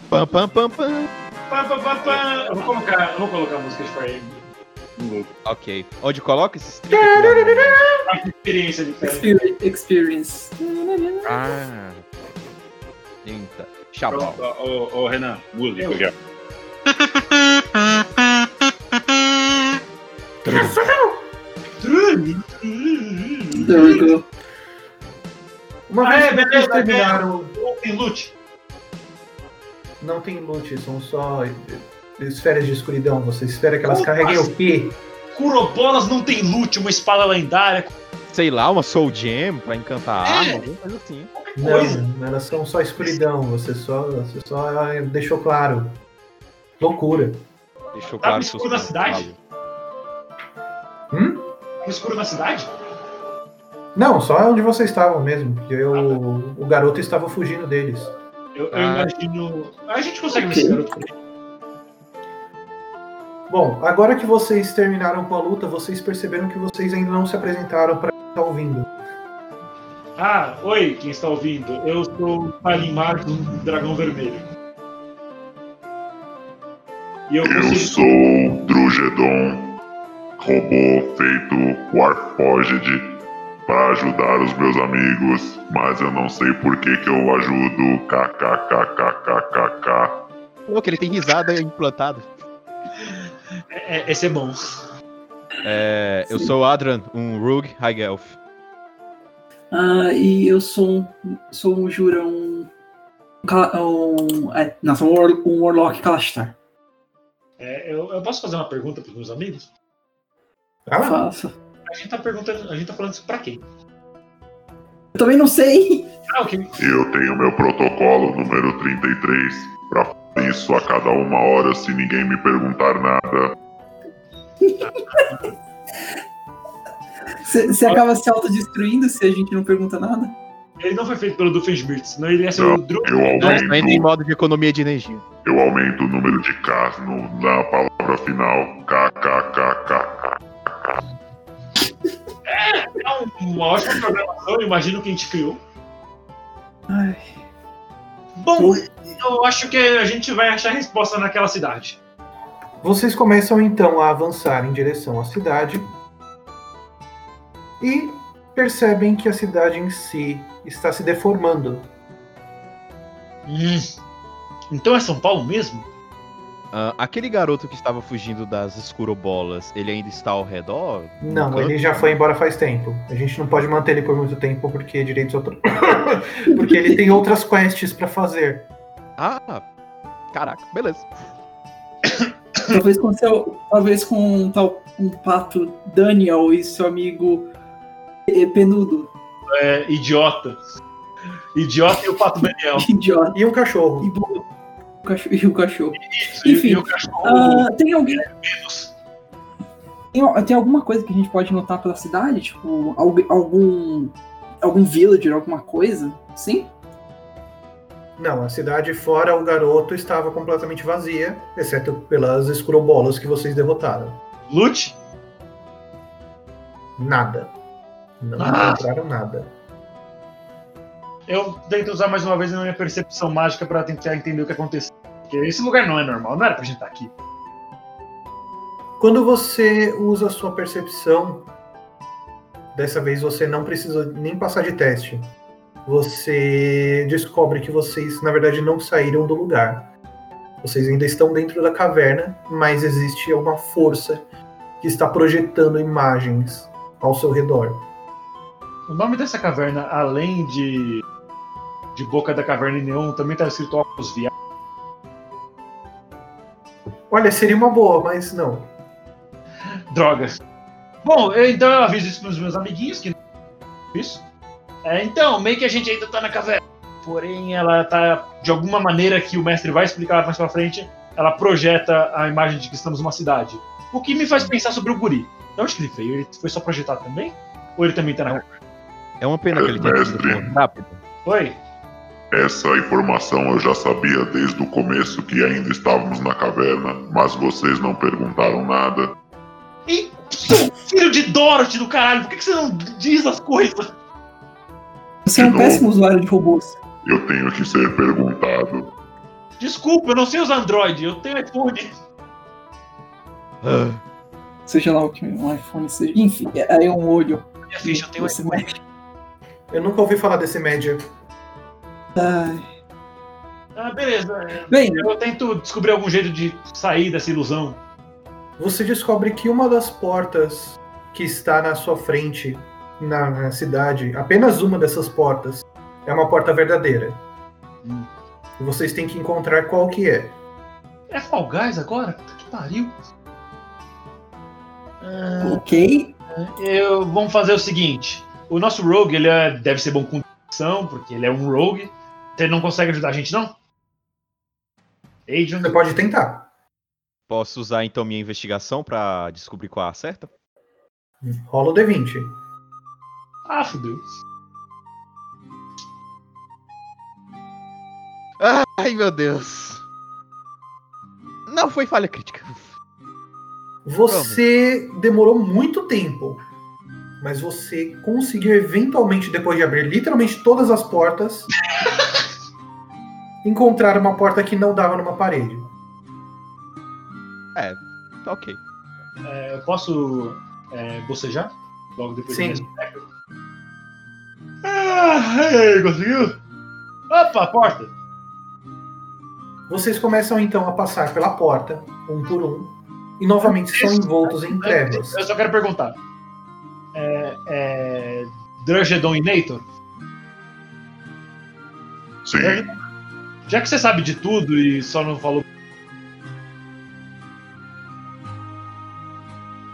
Speaker 5: Pam, pam, pam, pam.
Speaker 2: Pá, pá, pá, pá. Eu vou colocar, eu vou colocar a música de Fire Emblem.
Speaker 5: Ok. Onde coloca esses 30 aqui?
Speaker 2: Ah, que experiência de Fire Emblem.
Speaker 4: Experi- Experience.
Speaker 5: Ah. 30. Xablau.
Speaker 3: Pronto, ó, ô, ô, Renan, música.
Speaker 2: Eu.
Speaker 3: já.
Speaker 2: Trulli, trulli.
Speaker 4: There we go.
Speaker 6: Uma
Speaker 2: Ah,
Speaker 6: vez
Speaker 2: é,
Speaker 6: que
Speaker 2: beleza,
Speaker 6: vocês terminaram.
Speaker 2: Tem loot.
Speaker 6: Não tem loot, são só esferas de escuridão. Você espera que elas
Speaker 2: Opa!
Speaker 6: carreguem o quê?
Speaker 2: Curobolas não tem loot, uma espada lendária.
Speaker 5: Sei lá, uma Soul Gem pra encantar a
Speaker 2: É.
Speaker 5: arma, alguma coisa assim.
Speaker 2: Coisa.
Speaker 6: Não, elas são só escuridão. Você só, você só ah, deixou claro. Loucura.
Speaker 5: Deixou
Speaker 2: Tá
Speaker 5: claro
Speaker 2: no escuro da
Speaker 5: seus
Speaker 2: cidade?
Speaker 6: Hum?
Speaker 2: No um escuro na cidade?
Speaker 6: Não, só onde vocês estavam mesmo. Porque eu, o garoto estava fugindo deles.
Speaker 2: Eu, eu
Speaker 5: Ah.
Speaker 2: imagino. A gente consegue ver
Speaker 4: Ok.
Speaker 2: esse garoto.
Speaker 6: Bom, agora que vocês terminaram com a luta, vocês perceberam que vocês ainda não se apresentaram para quem está ouvindo.
Speaker 2: Ah, oi, quem está ouvindo? Eu sou o Palin Marcos, do Dragão Vermelho. E eu
Speaker 7: Eu
Speaker 2: consigo.
Speaker 7: sou Drugedon. robô feito Warforged para ajudar os meus amigos, mas eu não sei por que que eu ajudo. KKKKKKK.
Speaker 5: Louco, ele tem risada implantada.
Speaker 2: É, é, esse é bom.
Speaker 5: É, eu sou o Adran, um Rogue High Elf.
Speaker 4: Ah, e eu sou um, sou um Jura, um. um, um é, não, sou um, War, um Warlock Kalashtar.
Speaker 2: É, eu, eu posso fazer uma pergunta para os meus amigos?
Speaker 4: Ah. Faça.
Speaker 2: A gente tá perguntando, a gente tá falando isso pra quem?
Speaker 4: Eu também não sei.
Speaker 2: Ah, ok.
Speaker 7: Eu tenho meu protocolo número 33 pra fazer isso a cada uma hora se ninguém me perguntar nada.
Speaker 4: Você acaba se autodestruindo se a gente não pergunta nada?
Speaker 2: Ele não foi feito pelo Doofenshmirtz, senão ele ia ser
Speaker 7: Não,
Speaker 2: o Dru.
Speaker 7: eu aumento.
Speaker 5: Ainda em modo de economia de energia.
Speaker 7: Eu aumento o número de Ks no- na palavra final. KKKKK.
Speaker 2: É uma ótima programação, eu imagino que a gente criou.
Speaker 4: Ai.
Speaker 2: Bom, eu acho que a gente vai achar a resposta naquela cidade.
Speaker 6: Vocês começam então a avançar em direção à cidade e percebem que a cidade em si está se deformando.
Speaker 2: Hum. Então é São Paulo mesmo?
Speaker 5: Ah, aquele garoto que estava fugindo das escurobolas, ele ainda está ao redor?
Speaker 6: Não,
Speaker 5: Nunca?
Speaker 6: ele já foi embora faz tempo. A gente não pode manter ele por muito tempo porque direitos autor... porque ele tem outras quests pra fazer.
Speaker 5: Ah, caraca, beleza.
Speaker 4: Talvez com seu. Talvez com um tal um pato Daniel e seu amigo eh, Penudo,
Speaker 2: É, idiota. Idiota e o Pato Daniel.
Speaker 4: idiota.
Speaker 6: E um cachorro.
Speaker 4: E, bo- o cachorro, e o cachorro.
Speaker 2: E,
Speaker 4: Enfim,
Speaker 2: e o cachorro.
Speaker 4: Ah, tem alguém.
Speaker 2: menos.
Speaker 4: Tem, tem alguma coisa que a gente pode notar pela cidade? Tipo, algu- algum. algum villager, alguma coisa? Sim?
Speaker 6: Não, a cidade fora o garoto estava completamente vazia, exceto pelas escrobolas que vocês derrotaram.
Speaker 2: Lute?
Speaker 6: Nada. Não
Speaker 2: Ah.
Speaker 6: encontraram nada.
Speaker 2: Eu tento usar mais uma vez a minha percepção mágica pra tentar entender o que aconteceu. Porque esse lugar não é normal, não era pra gente estar aqui.
Speaker 6: Quando você usa a sua percepção, dessa vez você não precisa nem passar de teste. Você descobre que vocês, na verdade, não saíram do lugar. Vocês ainda estão dentro da caverna, mas existe uma força que está projetando imagens ao seu redor.
Speaker 2: O nome dessa caverna, além de. de Boca da Caverna e Neon, também tá escrito Óculos Viados.
Speaker 6: Olha, seria uma boa, mas não.
Speaker 2: Droga. Bom, eu, então eu aviso isso pros meus amiguinhos que isso. É, então, meio que a gente ainda tá na caverna. Porém, ela tá. De alguma maneira que o mestre vai explicar mais pra frente, ela projeta a imagem de que estamos numa cidade. O que me faz pensar sobre o guri. De onde que ele veio? Ele foi só projetado também? Ou ele também tá na rua?
Speaker 5: É uma pena que ele tenha sido
Speaker 7: Mestre.
Speaker 5: tão rápido.
Speaker 2: Oi?
Speaker 7: Essa informação eu já sabia desde o começo que ainda estávamos na caverna, mas vocês não perguntaram nada.
Speaker 2: E seu filho de Dorothy do caralho, por que, que você não diz as coisas?
Speaker 4: Você é um
Speaker 7: Não.
Speaker 4: péssimo usuário de robôs.
Speaker 7: Eu tenho que ser perguntado.
Speaker 2: Desculpa, eu não sei usar Android, eu tenho iPhone.
Speaker 5: Ah,
Speaker 4: Seja lá o que um iPhone seja. Enfim, aí é um olho.
Speaker 2: Minha ficha, eu tenho
Speaker 4: Você mexe.
Speaker 6: Eu nunca ouvi falar desse média.
Speaker 4: Ai.
Speaker 2: Ah, beleza. é.
Speaker 4: Bem,
Speaker 2: Eu tento descobrir algum jeito de sair dessa ilusão.
Speaker 6: Você descobre que uma das portas que está na sua frente na, na cidade, apenas uma dessas portas, é uma porta verdadeira.
Speaker 2: Hum.
Speaker 6: E Vocês têm que encontrar qual que é.
Speaker 2: É Fall Guys agora? Puta que pariu. Ah,
Speaker 4: ok.
Speaker 2: eu, vamos fazer o seguinte. O nosso Rogue, ele é- deve ser bom com ação, porque ele é um Rogue. Então ele não consegue ajudar a gente, não? Adrian,
Speaker 6: Você pode tentar.
Speaker 5: Posso usar então minha investigação pra descobrir qual é a certa?
Speaker 6: Rola o D20.
Speaker 2: Ah, fudeu.
Speaker 5: Ai meu Deus. Não, foi falha crítica.
Speaker 6: Você demorou muito tempo, mas você conseguiu eventualmente, depois de abrir literalmente todas as portas, encontrar uma porta que não dava numa parede.
Speaker 5: Tá ok.
Speaker 2: É, eu posso é, bocejar? Logo depois
Speaker 6: Sim.
Speaker 2: do mesmo ah, ei, conseguiu? Opa, porta!
Speaker 6: Vocês começam então a passar pela porta, um por um, e novamente são envoltos
Speaker 2: é
Speaker 6: em trevas.
Speaker 2: Eu só quero perguntar. É, é, Drangedon e Nator?
Speaker 7: Sim,
Speaker 5: É.
Speaker 2: Já que você sabe de tudo e só não falou.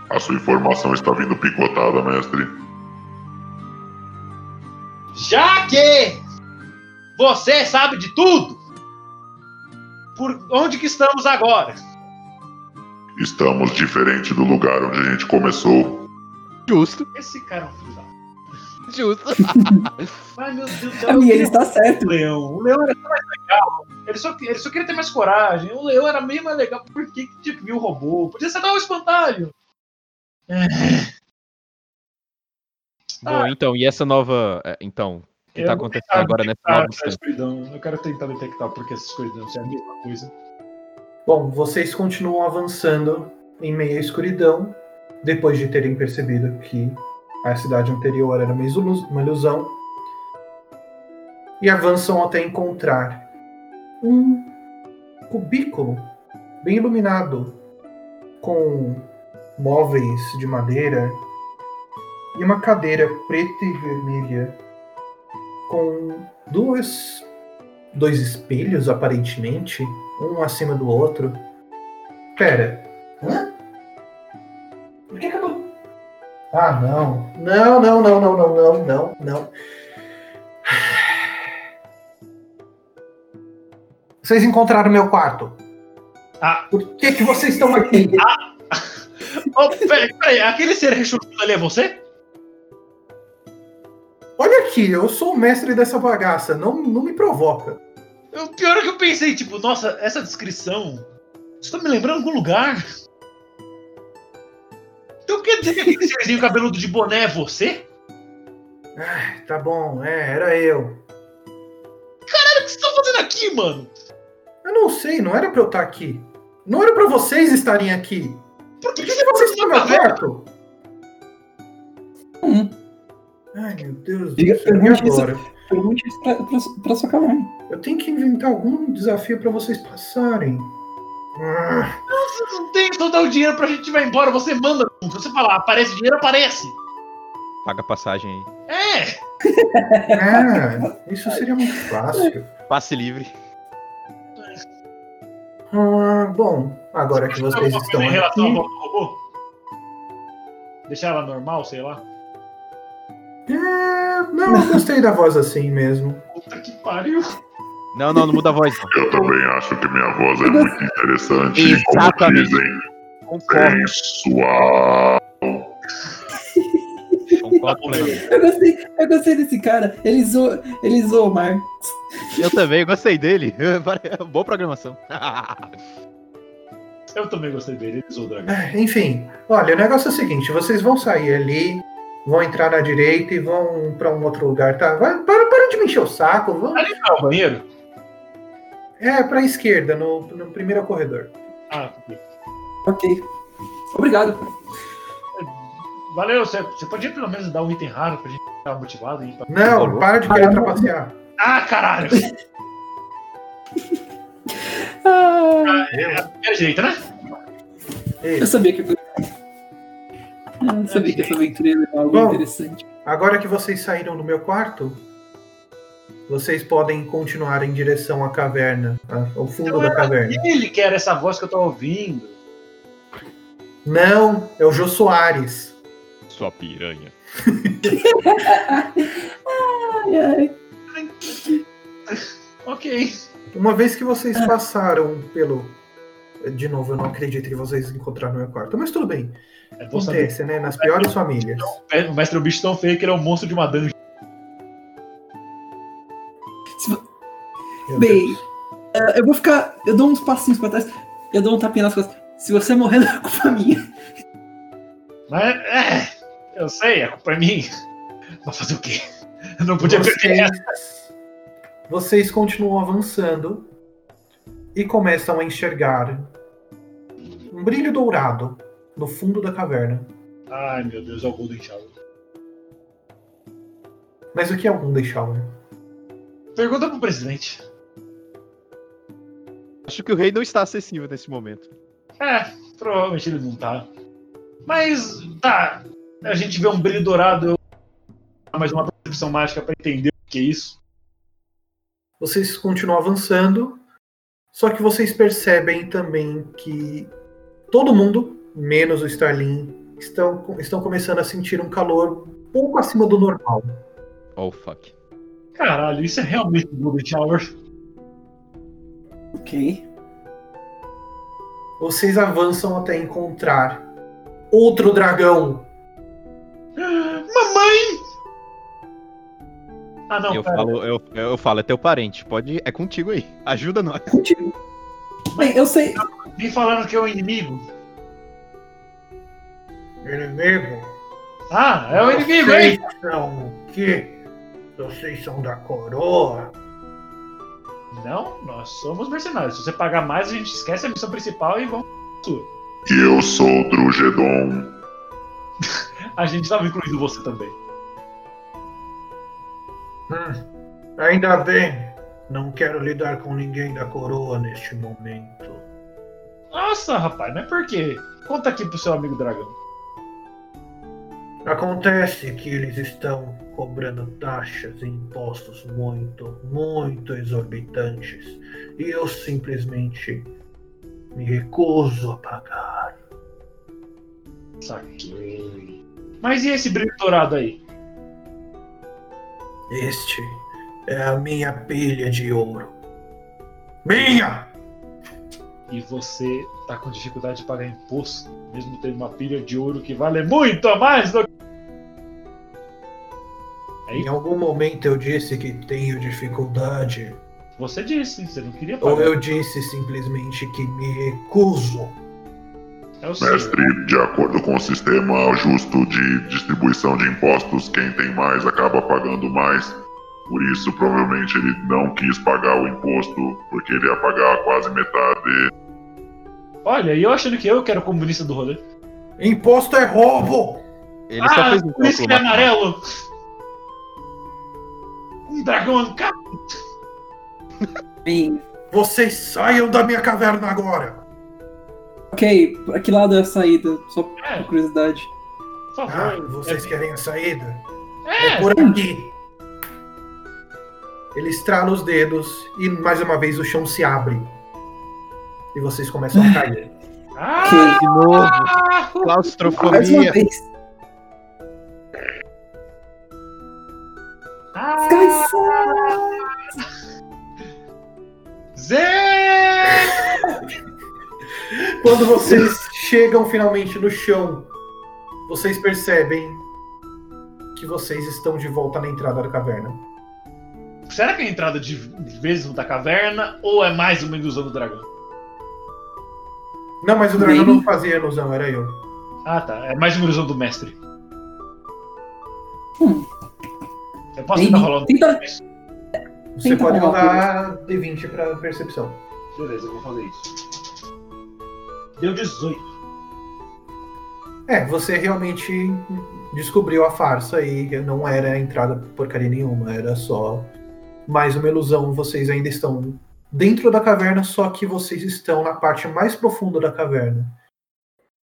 Speaker 7: a sua informação está vindo picotada, mestre.
Speaker 2: Já que você sabe de tudo! Por onde que estamos agora?
Speaker 7: Estamos diferente do lugar onde a gente começou.
Speaker 8: Justo,
Speaker 2: Esse cara é um filho da
Speaker 8: justo.
Speaker 2: Ai, meu Deus do céu. eu
Speaker 4: Amigo,
Speaker 2: queria
Speaker 4: ele tá está certo.
Speaker 2: o leão. O leão era tão mais legal. Ele só, ele só queria ter mais coragem. O leão era meio mais legal. Por que que tinha que vir o robô? Podia ser dar um espantalho.
Speaker 5: Bom, então, e essa nova. é, Então, o que
Speaker 2: Eu
Speaker 5: tá
Speaker 2: vou
Speaker 5: acontecendo agora nessa
Speaker 2: Ah,
Speaker 5: nova
Speaker 2: a
Speaker 5: distância?
Speaker 2: escuridão. Eu quero tentar detectar porque essa escuridão se é a mesma coisa.
Speaker 6: Bom, vocês continuam avançando em meia escuridão, depois de terem percebido que a cidade anterior era uma ilu- uma ilusão, e avançam até encontrar um cubículo bem iluminado, com móveis de madeira e uma cadeira preta e vermelha, com duas dois espelhos, aparentemente, um acima do outro. Pera. Hã? Por que que eu tô... Ah, não. Não, não, não, não, não, não, não, não. Vocês encontraram meu quarto.
Speaker 2: Ah.
Speaker 6: Por que que vocês estão aqui?
Speaker 2: Oh, peraí, peraí, aquele ser rechonchudo ali é você?
Speaker 6: Olha aqui, eu sou o mestre dessa bagaça. Não, não me provoca.
Speaker 2: O pior é que eu pensei, tipo, nossa, essa descrição. Isso tá me lembrando de algum lugar. Então quer dizer que aquele serzinho cabeludo de boné é você?
Speaker 6: Ah, tá bom, é, era eu.
Speaker 2: O que vocês estão fazendo aqui, mano?
Speaker 6: Eu não sei, não era pra eu estar aqui. Não era pra vocês estarem aqui.
Speaker 2: Por que,
Speaker 6: Por que, que vocês estão no meu quarto?
Speaker 4: Hum.
Speaker 6: Ai, meu Deus do
Speaker 4: Diga-
Speaker 6: céu. E
Speaker 4: pergunte isso.
Speaker 6: agora?
Speaker 4: Pergunte isso pra, pra, pra sua caverna.
Speaker 6: Eu tenho que inventar algum desafio pra vocês passarem. Ah,
Speaker 2: Você não tem, então dá o dinheiro pra gente ir vai embora, você manda. Se você falar, aparece dinheiro, aparece.
Speaker 5: Paga a passagem aí.
Speaker 2: É,
Speaker 6: ah, isso seria muito fácil.
Speaker 5: Passe livre.
Speaker 6: Ah, bom, agora que vocês
Speaker 2: alguma
Speaker 6: estão
Speaker 2: coisa em é relação à
Speaker 6: aqui...
Speaker 2: volta do robô? Deixar ela normal, sei lá.
Speaker 6: É, não, eu gostei da voz assim mesmo.
Speaker 2: Puta que pariu.
Speaker 5: Não, não, não muda a voz. não.
Speaker 7: Eu também acho que minha voz é muito interessante. e Como
Speaker 5: Exatamente.
Speaker 7: dizem,
Speaker 5: Concordo,
Speaker 7: sensual.
Speaker 5: concordo plenamente.
Speaker 4: Eu gostei, eu gostei desse cara. Ele zoou, ele zoou o mar.
Speaker 5: Eu também, eu gostei dele. Boa programação.
Speaker 2: Eu também gostei dele, ele usou o dragão.
Speaker 6: Ah, Enfim, olha, o negócio é o seguinte: vocês vão sair ali, vão entrar na direita e vão pra um outro lugar, tá? Vai, para, para de me encher o saco, vão.
Speaker 2: Ali não é o banheiro?
Speaker 6: É, pra esquerda, no, no primeiro corredor.
Speaker 2: Ah, ok.
Speaker 4: Ok. Obrigado.
Speaker 2: valeu, você, você podia pelo menos dar um item raro pra gente ficar motivado e ir pra...
Speaker 6: Não,
Speaker 5: Alô?
Speaker 6: para de querer trapacear.
Speaker 2: Ah, caralho!
Speaker 4: Ah,
Speaker 2: é, Primeira direita, né?
Speaker 6: Ei,
Speaker 4: eu sabia que eu eu sabia que essa aventura ia levar algo
Speaker 6: Bom.
Speaker 4: interessante.
Speaker 6: Agora que vocês saíram do meu quarto, vocês podem continuar em direção à caverna, a- ao fundo
Speaker 2: Então
Speaker 6: da
Speaker 2: era
Speaker 6: caverna.
Speaker 2: Ele que era essa voz que eu tô ouvindo.
Speaker 6: Não, é o Jô Soares.
Speaker 5: Sua piranha.
Speaker 4: Ai, ai.
Speaker 2: Ok.
Speaker 6: Uma vez que vocês passaram pelo. De novo, eu não acredito que vocês encontraram meu quarto, mas tudo bem.
Speaker 2: É bom saber.
Speaker 6: Acontece, né? Nas piores famílias.
Speaker 2: O mestre é um bicho tão feio que ele é um monstro de uma dungeon.
Speaker 6: Meu
Speaker 4: Bem,
Speaker 6: Deus.
Speaker 4: ah, eu vou ficar. Eu dou uns passinhos pra trás. Eu dou um tapinha nas costas. Se você morrer, não é culpa minha.
Speaker 2: Mas, é, eu sei, a culpa é minha. Mas fazer o quê? Eu não podia
Speaker 6: é
Speaker 2: perder essa.
Speaker 6: vocês, vocês continuam avançando e começam a enxergar um brilho dourado no fundo da caverna.
Speaker 2: Ai, meu Deus, é o Golden Shower.
Speaker 6: Mas o que é um Golden Shower?
Speaker 2: Pergunta pro presidente.
Speaker 9: Acho que o rei não está acessível nesse momento.
Speaker 2: É, provavelmente ele não tá. Mas tá. A gente vê um brilho dourado. Eu... Mais uma percepção mágica para entender o que é isso.
Speaker 6: Vocês continuam avançando. Só que vocês percebem também que todo mundo, menos o Starlin, estão, estão começando a sentir um calor pouco acima do normal.
Speaker 5: Oh fuck.
Speaker 2: Caralho, isso é realmente um Golden Shower.
Speaker 4: Ok.
Speaker 6: Vocês avançam até encontrar outro dragão.
Speaker 2: Mamãe! Ah, não,
Speaker 5: eu,
Speaker 2: pera.
Speaker 5: falo, eu, eu falo, é teu parente. Pode. É contigo aí. Ajuda nós.
Speaker 4: Contigo. Bem, eu sei.
Speaker 2: Vem falando que é o inimigo.
Speaker 6: é Inimigo?
Speaker 2: Ah, é o inimigo, hein?
Speaker 6: São o quê? Vocês são da coroa?
Speaker 2: Não, nós somos mercenários. Se você pagar mais, a gente esquece a missão principal e vamos pra sua.
Speaker 7: E eu sou o Drugedon.
Speaker 2: A gente tava incluindo você também.
Speaker 6: Hum, ainda bem. Não quero lidar com ninguém da coroa neste momento.
Speaker 2: Nossa, rapaz, mas por quê? Conta aqui pro seu amigo dragão.
Speaker 6: Acontece que eles estão cobrando taxas e impostos muito, muito exorbitantes. E eu simplesmente me recuso a pagar.
Speaker 2: Saquei. Mas e esse brilho dourado aí?
Speaker 6: Este é a minha pilha de ouro. Minha!
Speaker 2: E você tá com dificuldade de pagar imposto, mesmo tendo uma pilha de ouro que vale muito a mais do que. Aí
Speaker 6: Em algum momento eu disse que tenho dificuldade.
Speaker 2: você disse, você não queria
Speaker 6: Ou
Speaker 2: pagar.
Speaker 6: eu disse simplesmente que me recuso.
Speaker 2: É o seu.
Speaker 7: Mestre, de acordo com o sistema justo de distribuição de impostos, quem tem mais acaba pagando mais. Por isso, provavelmente ele não quis pagar o imposto, porque ele ia pagar quase metade.
Speaker 2: Olha, e eu achando que eu que era o comunista do rolê.
Speaker 6: Imposto é roubo!
Speaker 5: Ele só fez um
Speaker 2: por isso que
Speaker 5: cálculo.
Speaker 2: é amarelo! Um dragão ancap.
Speaker 4: Bem,
Speaker 6: Vocês saiam da minha caverna agora!
Speaker 4: ok, pra que lado é a saída? Só
Speaker 2: É,
Speaker 4: por curiosidade.
Speaker 2: por
Speaker 6: Ah,
Speaker 2: favor.
Speaker 6: vocês querem a saída? É
Speaker 2: É,
Speaker 6: por aqui. Ele estrala os dedos e mais uma vez o chão se abre. E vocês começam a cair.
Speaker 2: Ah,
Speaker 9: De novo.
Speaker 2: ah,
Speaker 4: Mais uma
Speaker 9: Claustrofobia.
Speaker 4: vez.
Speaker 2: ah,
Speaker 4: Cansado.
Speaker 2: Zé!
Speaker 6: Quando vocês chegam finalmente no chão, vocês percebem que vocês estão de volta na entrada da caverna.
Speaker 2: Será que é a entrada de mesmo da caverna ou é mais uma ilusão do dragão?
Speaker 6: Não, mas o dragão
Speaker 4: Bem.
Speaker 6: não fazia ilusão, era eu.
Speaker 2: Ah, tá. É mais uma ilusão do mestre.
Speaker 4: Hum.
Speaker 2: Eu posso tentar
Speaker 4: Bem,
Speaker 2: rolar um
Speaker 4: tenta-
Speaker 2: D20?
Speaker 6: Você
Speaker 4: Tenta
Speaker 6: pode
Speaker 4: rolar,
Speaker 6: rodar D20 pra percepção.
Speaker 2: Beleza, eu vou fazer isso. Deu 18.
Speaker 6: É, você realmente descobriu a farsa e não era entrada porcaria nenhuma, era só mais uma ilusão. Vocês ainda estão dentro da caverna, só que vocês estão na parte mais profunda da caverna.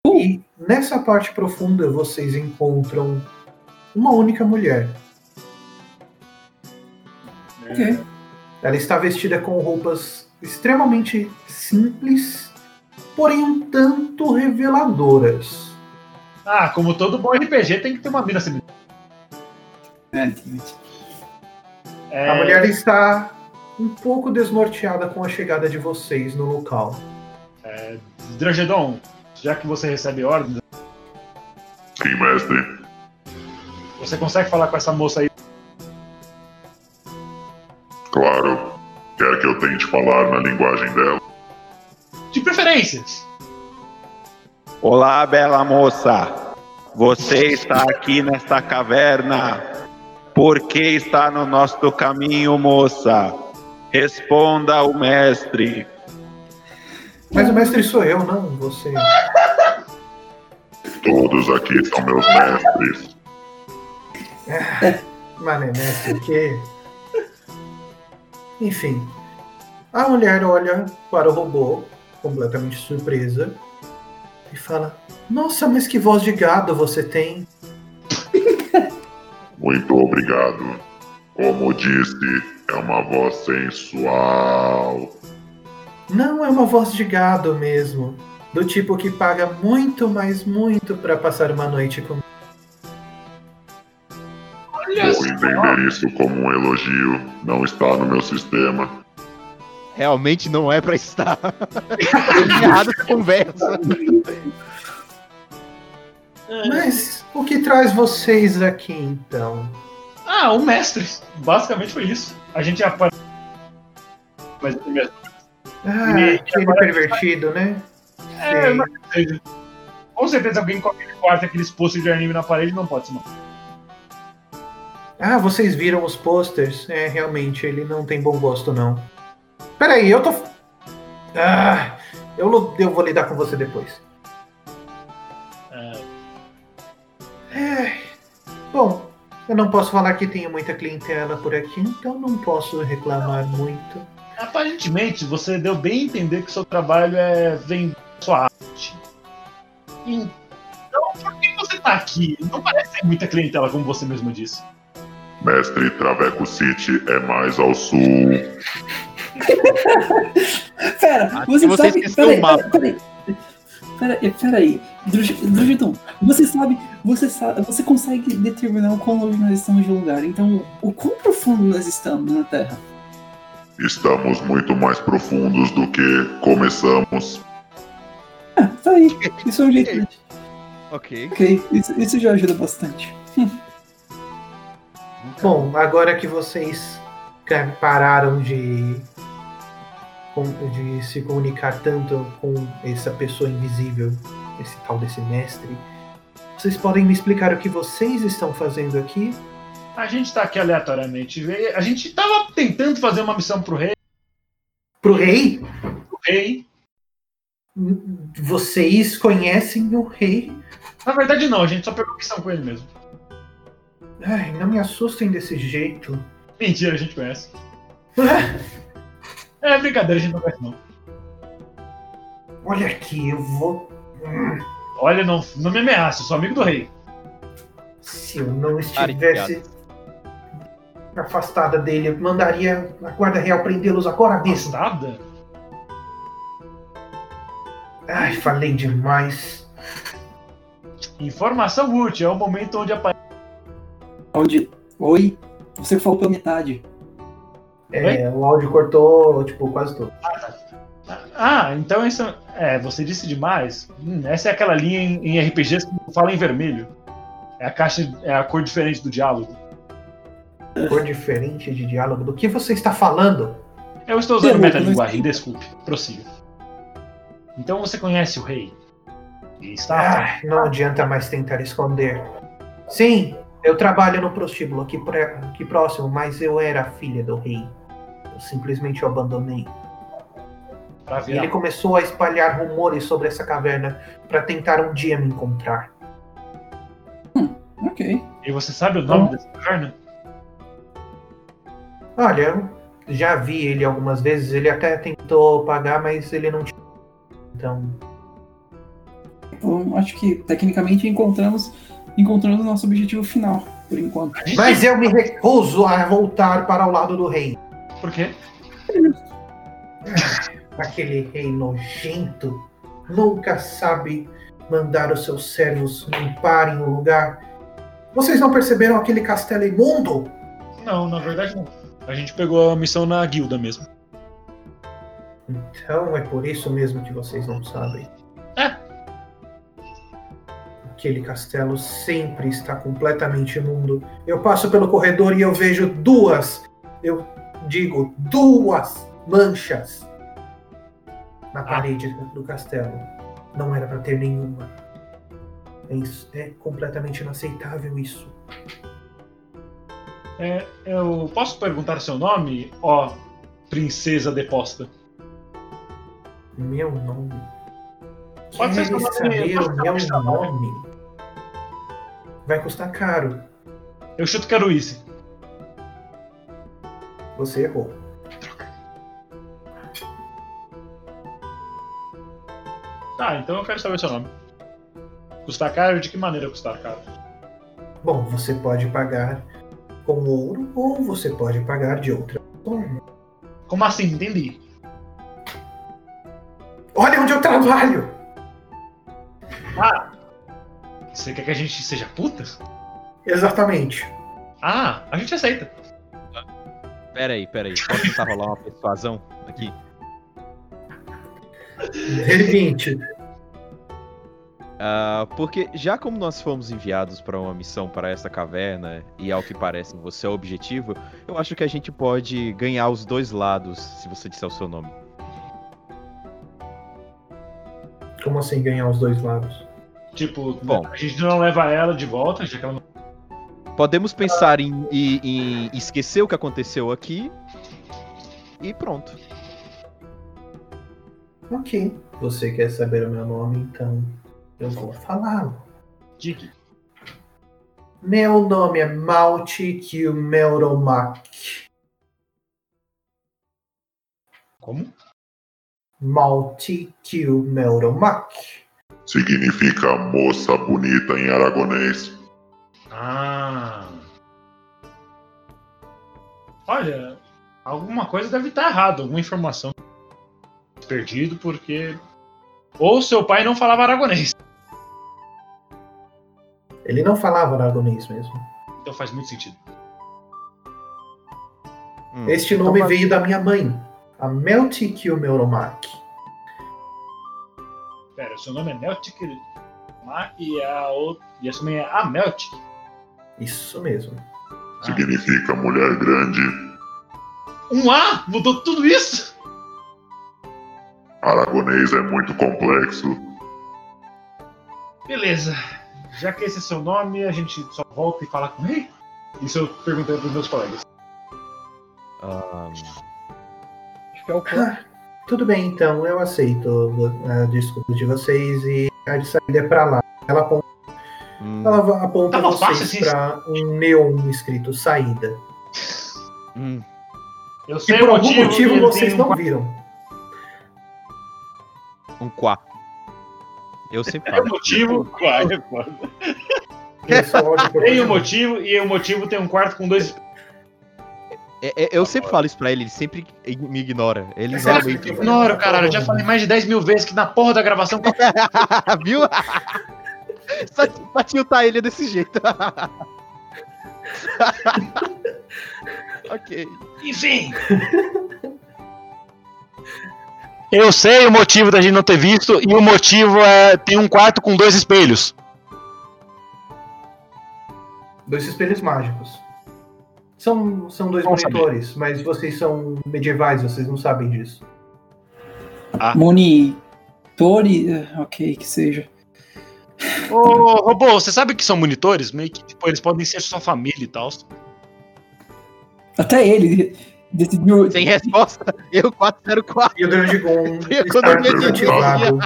Speaker 6: E nessa parte profunda vocês encontram uma única mulher.
Speaker 4: Ok.
Speaker 6: Ela está vestida com roupas extremamente simples, porém um tanto reveladoras.
Speaker 2: Ah, como todo bom RPG tem que ter uma mina assim.
Speaker 4: É, gente.
Speaker 2: É,
Speaker 6: A mulher está um pouco desnorteada com a chegada de vocês no local.
Speaker 2: Drangedon, já que você recebe ordens,
Speaker 7: Sim, mestre.
Speaker 2: você consegue falar com essa moça aí?
Speaker 7: Claro. Quer que eu tente falar na linguagem dela?
Speaker 2: De preferência!
Speaker 8: Olá, bela moça. Você está aqui nesta caverna. Por que está no nosso caminho, moça? Responda ao mestre.
Speaker 6: Mas o mestre sou eu, não você.
Speaker 7: Todos aqui são meus mestres.
Speaker 6: Mané, é mestre, que. Enfim. A mulher olha para o robô, completamente surpresa, e fala: Nossa, mas que voz de gado você tem!
Speaker 7: Muito obrigado. Como disse, é uma voz sensual.
Speaker 6: Não é uma voz de gado mesmo. Do tipo que paga muito, mas muito para passar uma noite com.
Speaker 2: Olha
Speaker 7: Vou
Speaker 2: só.
Speaker 7: entender isso como um elogio. Não está no meu sistema.
Speaker 5: Realmente não é pra estar. Tem errado essa conversa.
Speaker 2: É.
Speaker 6: Mas o que traz vocês aqui então?
Speaker 2: Ah, o mestre. Basicamente foi isso. A gente aparece. Mas o mestre.
Speaker 6: Ah,
Speaker 2: E-
Speaker 6: aquele pervertido, né?
Speaker 2: É,
Speaker 6: Sim.
Speaker 2: mas, com certeza alguém com aquele quarto, aqueles pôster de anime na parede não pode se matar.
Speaker 6: Ah, vocês viram os posters? É, realmente, ele não tem bom gosto, não. Peraí, eu tô. Ah, eu, lu- eu vou lidar com você depois. É, Bom, eu não posso falar que tenho muita clientela por aqui, então não posso reclamar muito.
Speaker 2: Aparentemente, você deu bem a entender que seu trabalho é vender sua arte. Então, por que você tá aqui? Não parece ter muita clientela, como você mesmo disse.
Speaker 7: Mestre Traveco City é mais ao sul.
Speaker 4: Pera,
Speaker 5: Aqui
Speaker 4: você
Speaker 5: você
Speaker 4: sabe.
Speaker 5: esqueceu
Speaker 4: Peraí, peraí,
Speaker 5: o
Speaker 4: peraí. Peraí, peraí. Drugiton, você sabe, você sabe. Você consegue determinar o quão longe nós estamos de um lugar. Então, o quão profundo nós estamos na Terra?
Speaker 7: Estamos muito mais profundos do que começamos.
Speaker 4: Ah, tá aí. Isso é um jeito. de-
Speaker 5: ok.
Speaker 4: Ok, isso, isso já ajuda bastante.
Speaker 6: Bom, agora que vocês ca- pararam de, com- de se comunicar tanto com essa pessoa invisível, esse tal desse mestre, vocês podem me explicar o que vocês estão fazendo aqui?
Speaker 2: A gente tá aqui aleatoriamente. A gente tava tentando fazer uma missão pro rei.
Speaker 6: Pro rei?
Speaker 2: Pro rei.
Speaker 6: Vocês conhecem o rei?
Speaker 2: Na verdade, não. A gente só pegou missão com ele mesmo.
Speaker 6: Ai, não me assustem desse jeito. Ah,
Speaker 2: Mentira, a gente conhece. É brincadeira, a gente não conhece, não.
Speaker 6: Olha aqui, eu vou. Hum,
Speaker 2: Olha, não, não me ameaça, eu sou amigo do rei.
Speaker 6: Se eu não
Speaker 5: Cara, que
Speaker 6: estivesse afastada dele, eu mandaria a guarda real prendê-los agora mesmo.
Speaker 2: Gostada?
Speaker 6: Ai, falei demais.
Speaker 2: Informação útil, é o momento onde aparece.
Speaker 4: Onde. Oi? Você falou pra metade.
Speaker 6: É, o áudio cortou, tipo, quase todo.
Speaker 2: Ah, então isso. É, você disse demais. Hum, essa é aquela linha em, em RPGs que fala em vermelho. É a caixa, é a cor diferente do diálogo.
Speaker 6: Cor diferente de diálogo. Do que você está falando?
Speaker 2: Eu estou usando
Speaker 4: Pergunta,
Speaker 2: metalinguagem, desculpe. Prossiga. Então você conhece o rei. E está.
Speaker 6: Ai, Ah, não adianta mais tentar esconder. Sim, eu trabalho no prostíbulo aqui, pré- aqui próximo, mas eu era a filha do rei. Eu simplesmente o abandonei.
Speaker 2: pra
Speaker 6: E ele
Speaker 2: virar.
Speaker 6: começou a espalhar rumores sobre essa caverna para tentar um dia me encontrar.
Speaker 4: Ok.
Speaker 2: E você sabe o nome dessa caverna?
Speaker 6: Olha, eu já vi ele algumas vezes, ele até tentou pagar, mas ele não tinha. Então,
Speaker 4: Então, acho que tecnicamente encontramos, encontramos o nosso objetivo final, por enquanto.
Speaker 2: A gente-
Speaker 6: Mas eu me recuso a voltar para o lado do rei.
Speaker 2: Por quê?
Speaker 6: Aquele rei nojento nunca sabe mandar os seus servos limparem o lugar. Vocês não perceberam aquele castelo imundo?
Speaker 2: Não, na verdade não. A gente pegou a missão na guilda mesmo.
Speaker 6: Então é por isso mesmo que vocês não sabem.
Speaker 2: É.
Speaker 6: Aquele castelo sempre está completamente imundo. Eu passo pelo corredor e eu vejo duas, eu digo duas manchas na
Speaker 2: Ah.
Speaker 6: parede do castelo. Não era para ter nenhuma. É, isso, é completamente inaceitável isso.
Speaker 2: É, eu posso perguntar seu nome, ó princesa deposta?
Speaker 6: Meu nome.
Speaker 2: Pode ser
Speaker 6: Quer
Speaker 2: seu nome
Speaker 6: saber
Speaker 2: mesmo,
Speaker 6: o
Speaker 2: pode ser
Speaker 6: meu
Speaker 2: seu nome.
Speaker 6: nome? vai custar caro.
Speaker 2: Eu chuto que é era o Easy.
Speaker 6: Você errou.
Speaker 2: Tá, então eu quero saber seu nome. Custar caro? De que maneira custar caro?
Speaker 6: Bom, você pode pagar com ouro ou você pode pagar de outra forma.
Speaker 2: Como assim? Entendi.
Speaker 6: Olha onde eu trabalho!
Speaker 2: Você quer que a gente seja puta?
Speaker 6: Exatamente.
Speaker 2: Ah, a gente aceita.
Speaker 5: Pera aí, pera aí. Posso tentar rolar uma persuasão aqui?
Speaker 6: D20.
Speaker 5: Ah, porque já como nós fomos enviados para uma missão para essa caverna e ao que parece você é o objetivo, eu acho que a gente pode ganhar os dois lados se você disser o seu nome.
Speaker 6: Como assim ganhar os dois lados?
Speaker 2: Tipo,
Speaker 5: Bom.
Speaker 2: a gente não leva ela de volta, já que ela não.
Speaker 5: Podemos pensar em, em- em esquecer o que aconteceu aqui e pronto.
Speaker 6: Ok. Você quer saber o meu nome, então eu vou falá-lo.
Speaker 2: Dig.
Speaker 6: Meu nome é Malte Kilmeuromac.
Speaker 2: Como?
Speaker 6: Malte Kilmeuromac.
Speaker 7: Significa moça bonita em aragonês.
Speaker 2: Ah. Olha, alguma coisa deve estar errada, alguma informação perdido, porque. Ou seu pai não falava aragonês.
Speaker 6: Ele não falava aragonês mesmo.
Speaker 2: Então faz muito sentido.
Speaker 5: Hum.
Speaker 6: Este nome veio da minha mãe, a Melty Kilmeuromac.
Speaker 2: Pera, seu nome é Meltic Ma- e a outra. E essa mãe é a Meltic.
Speaker 6: Isso mesmo.
Speaker 7: Significa mulher grande.
Speaker 2: Um A mudou tudo isso?
Speaker 7: Aragonês é muito complexo.
Speaker 2: Beleza. Já que esse é seu nome, a gente só volta e fala com ele. Isso eu perguntei pros meus colegas.
Speaker 5: Ah,
Speaker 1: Acho que é o plano.
Speaker 6: Ah, tudo bem, então eu aceito a desculpa de vocês e a de saída é pra lá. Ela aponta,
Speaker 5: hum,
Speaker 6: ela va- aponta
Speaker 2: Tava fácil
Speaker 6: vocês
Speaker 2: assim.
Speaker 6: pra um neon escrito saída.
Speaker 5: hum.
Speaker 2: Eu sei
Speaker 6: E
Speaker 2: o
Speaker 6: por algum motivo
Speaker 2: ele
Speaker 6: vocês
Speaker 2: tem um
Speaker 6: não
Speaker 2: quarto.
Speaker 6: viram.
Speaker 5: Um quá. Eu sempre
Speaker 2: Tem um
Speaker 5: falo.
Speaker 2: motivo.
Speaker 6: Eu só olho por
Speaker 2: Tem um
Speaker 6: cima.
Speaker 2: motivo e o motivo tem um quarto com dois.
Speaker 5: É- é- eu sempre falo isso pra ele, ele sempre ig- me ignora. Ele
Speaker 6: Será que
Speaker 5: realmente.
Speaker 6: eu
Speaker 2: Ignoro, caralho. Eu já falei mais de 10 mil vezes que na porra da gravação. tá-
Speaker 5: Viu? Só t- pra tiltar ele é desse jeito. ok.
Speaker 2: Enfim. Eu sei o motivo da gente não ter visto e o motivo é tem um quarto com dois espelhos.
Speaker 6: Dois espelhos mágicos. São, são dois
Speaker 2: Vamos
Speaker 6: monitores, mas vocês são medievais, vocês não sabem disso.
Speaker 4: Monitori. ah, Ok, que seja.
Speaker 2: Ô, robô, você sabe que são monitores? Meio que, tipo, eles podem ser sua família e tal.
Speaker 4: Até ele decidiu.
Speaker 5: Sem resposta, eu 404.
Speaker 6: E o Dragon
Speaker 5: Eu
Speaker 6: está
Speaker 7: quando eu vi aquilo,
Speaker 6: desativado.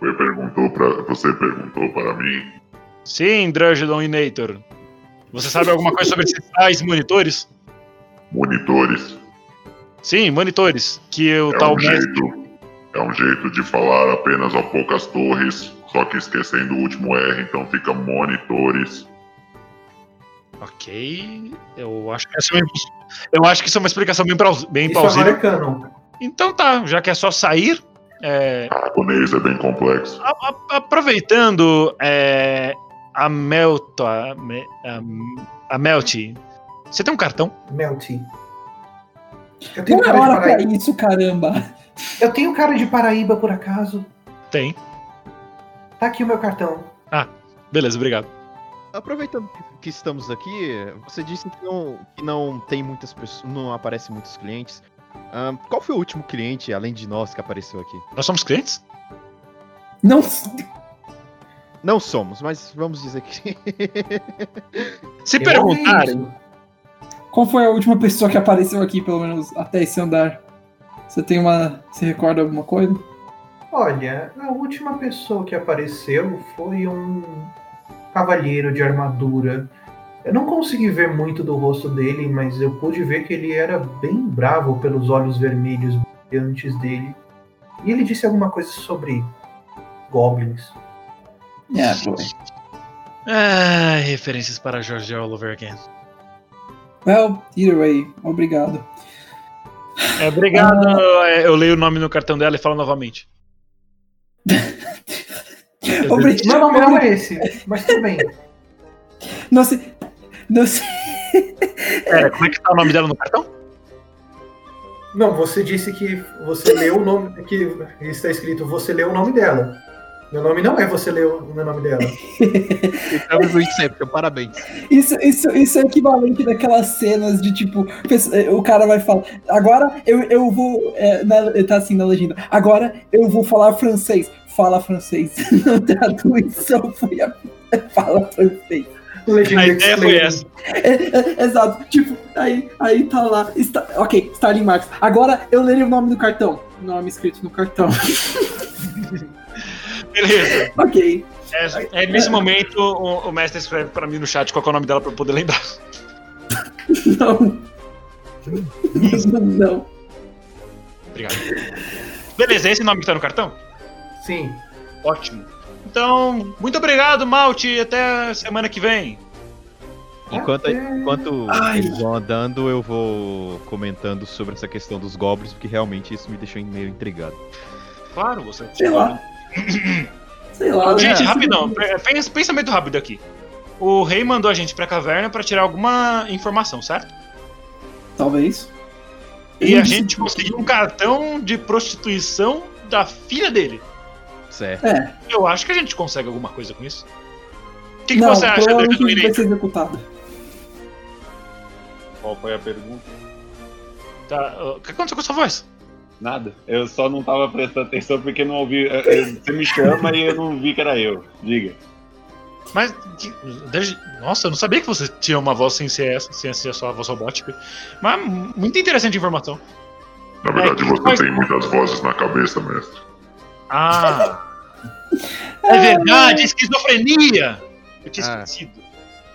Speaker 7: Você perguntou pra, você perguntou para mim.
Speaker 2: Sim, Drangedon e Nator. Você sabe alguma coisa sobre esses tais monitores?
Speaker 7: Monitores
Speaker 2: Sim, monitores. Que o
Speaker 7: é
Speaker 2: tal
Speaker 7: um
Speaker 2: mestre-
Speaker 7: jeito. É um jeito de falar apenas a poucas torres, só que esquecendo o último R, então fica monitores.
Speaker 2: Ok, eu acho que essa é uma, eu acho que isso é uma explicação bem, paus- bem
Speaker 6: Isso agora
Speaker 2: plausível.
Speaker 6: é canon.
Speaker 2: Então tá, já que é só sair, é,
Speaker 7: Aragonês é bem complexo.
Speaker 2: a- a- aproveitando é, a Melta, a, Me- a, a Melty, você tem um cartão?
Speaker 6: Melty. Eu tenho
Speaker 4: Não é
Speaker 6: cara de
Speaker 4: hora pra
Speaker 6: Paraíba.
Speaker 4: isso, caramba.
Speaker 6: Eu tenho cara de Paraíba, por acaso.
Speaker 2: Tem.
Speaker 6: Tá aqui o meu cartão.
Speaker 2: Beleza, obrigado.
Speaker 5: Aproveitando que- que estamos aqui, você disse que não, que não tem muitas pessoas, não aparecem muitos clientes. Ahn, qual foi o último cliente, além de nós, que apareceu aqui?
Speaker 2: Nós somos clientes?
Speaker 4: Não.
Speaker 5: Não somos, mas vamos dizer que.
Speaker 2: Se
Speaker 6: Eu
Speaker 2: perguntarem,
Speaker 6: ouvi isso.
Speaker 4: Qual foi a última pessoa que apareceu aqui, pelo menos até esse andar? Você tem uma. Você recorda alguma coisa?
Speaker 6: Olha, a última pessoa que apareceu foi um cavalheiro de armadura. Eu não consegui ver muito do rosto dele, mas eu pude ver que ele era bem bravo pelos olhos vermelhos brilhantes dele. E ele disse alguma coisa sobre goblins.
Speaker 3: É, pô.
Speaker 2: Ah, referências para George Oliver again.
Speaker 4: Well, either way, obrigado.
Speaker 2: É, obrigado. É, Eu leio o nome no cartão dela e falo novamente.
Speaker 4: Obri-
Speaker 6: Meu nome não é esse, mas tudo bem.
Speaker 4: Não sei. Não sei.
Speaker 2: Pera, como é que tá o nome dela no cartão?
Speaker 6: Não, você disse que você leu o nome. que está escrito você leu o nome dela. Meu nome não é você leu o meu nome dela.
Speaker 5: Estamos no Inception, parabéns.
Speaker 4: Isso, isso, isso é equivalente daquelas cenas de tipo, pes- eh, o cara vai falar, agora eu, eu vou. é, na- tá assim na legenda, agora eu vou falar francês. Fala francês. Não traduz, só foi a. Fala francês.
Speaker 6: Legenda
Speaker 2: A ideia foi
Speaker 6: Explained.
Speaker 2: essa.
Speaker 4: É, é, exato, tipo, aí, aí tá lá. Está, ok, Starling Marks. Agora eu lerei o nome do cartão. Nome escrito no cartão.
Speaker 2: Beleza.
Speaker 4: ok.
Speaker 2: É, é nesse momento o, o mestre escreve pra mim no chat qual que é o nome dela pra eu poder lembrar.
Speaker 4: Não. Não.
Speaker 2: Obrigado. Beleza, é esse nome que tá no cartão?
Speaker 6: Sim.
Speaker 2: Ótimo. Então, muito obrigado, Malte. Até semana que vem.
Speaker 5: Enquanto,
Speaker 6: Até-
Speaker 5: enquanto
Speaker 4: Ai.
Speaker 5: eles vão andando, eu vou comentando sobre essa questão dos goblins, porque realmente isso me deixou meio intrigado.
Speaker 2: Claro, você.
Speaker 4: Sei lá. Sei lá.
Speaker 2: Gente,
Speaker 4: né?
Speaker 2: rapidão. pe- pens- Pensamento rápido aqui. O rei mandou a gente pra caverna pra tirar alguma informação, certo?
Speaker 4: Talvez.
Speaker 2: E
Speaker 4: Ele
Speaker 2: a
Speaker 4: disse-
Speaker 2: gente conseguiu um cartão de prostituição da filha dele.
Speaker 5: Certo.
Speaker 4: É.
Speaker 2: Eu acho que a gente consegue alguma coisa com isso. O que, que
Speaker 4: não,
Speaker 2: você acha,
Speaker 4: provavelmente
Speaker 2: Adriano
Speaker 4: vai
Speaker 2: Irene?
Speaker 4: ser executado.
Speaker 3: Qual foi a pergunta?
Speaker 2: Tá, ó, O que aconteceu com a sua voz?
Speaker 3: Nada. Eu só não tava prestando atenção porque não ouvi. eu- eu- Você me chama e eu não vi que era eu. Diga.
Speaker 2: Mas. que- desde- Nossa, eu não sabia que você tinha uma voz sem ser essa, sem ser a sua voz robótica. Mas muito interessante a informação.
Speaker 7: Na verdade,
Speaker 2: É,
Speaker 7: você
Speaker 2: mas-
Speaker 7: tem muitas vozes na cabeça, mestre.
Speaker 2: Ah! é
Speaker 6: né?
Speaker 2: verdade, esquizofrenia! Eu tinha
Speaker 5: Ah.
Speaker 2: esquecido.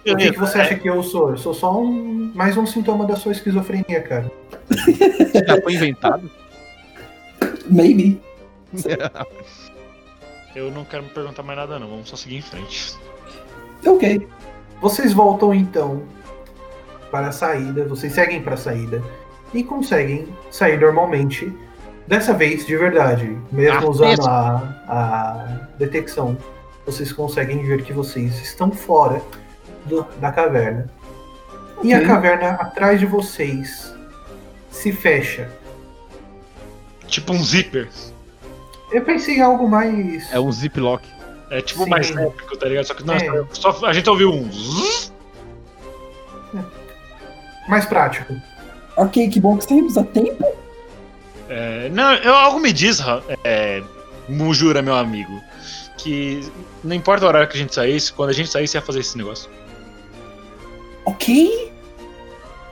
Speaker 2: É,
Speaker 6: O que, que
Speaker 2: Beleza.
Speaker 6: você acha que eu sou? Eu sou só um, mais um sintoma da sua esquizofrenia, cara.
Speaker 5: Já Tá, foi inventado?
Speaker 4: Maybe.
Speaker 2: Eu não quero me perguntar mais nada, não. Vamos só seguir em frente.
Speaker 4: Ok.
Speaker 6: Vocês voltam então para a saída, vocês seguem para a saída e conseguem sair normalmente. Dessa vez, de verdade, mesmo
Speaker 2: Ah,
Speaker 6: usando
Speaker 2: mesmo.
Speaker 6: A, a detecção, vocês conseguem ver que vocês estão fora do- da caverna. E a
Speaker 4: Ok.
Speaker 6: caverna atrás de vocês se fecha.
Speaker 2: Tipo um zíper.
Speaker 6: Eu pensei em algo mais.
Speaker 5: É um ziplock.
Speaker 2: É tipo
Speaker 6: Sim.
Speaker 2: mais épico, tá ligado? Só que não,
Speaker 6: É.
Speaker 2: só, a gente ouviu um. zzz.
Speaker 6: mais prático.
Speaker 4: Ok, que bom que saímos a tempo.
Speaker 2: É, não, eu- algo me diz, Ra- é, Mujura, meu amigo, que não importa o horário que a gente saísse, quando a gente saísse ia fazer esse negócio.
Speaker 4: Ok.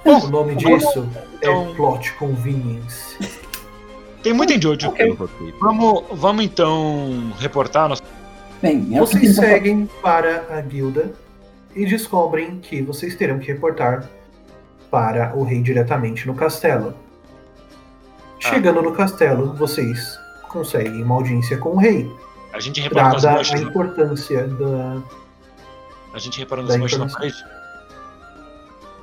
Speaker 6: O nome disso
Speaker 2: Então-
Speaker 6: é Plot Convenience.
Speaker 2: Tem muito em Jojo.
Speaker 5: pelo roteiro.
Speaker 2: Vamos, vamos então reportar nosso.
Speaker 4: Bem, é o que
Speaker 6: Vocês
Speaker 4: tem pra
Speaker 6: seguem para a guilda e descobrem que vocês terão que reportar para o rei diretamente no castelo.
Speaker 2: Ah.
Speaker 6: Chegando no castelo, vocês conseguem uma audiência com o rei.
Speaker 2: A gente reparou nas
Speaker 6: Dada a
Speaker 2: manchas. na-
Speaker 6: importância da.
Speaker 2: A gente reparou nas
Speaker 6: da
Speaker 2: manchas na parede.
Speaker 6: informação.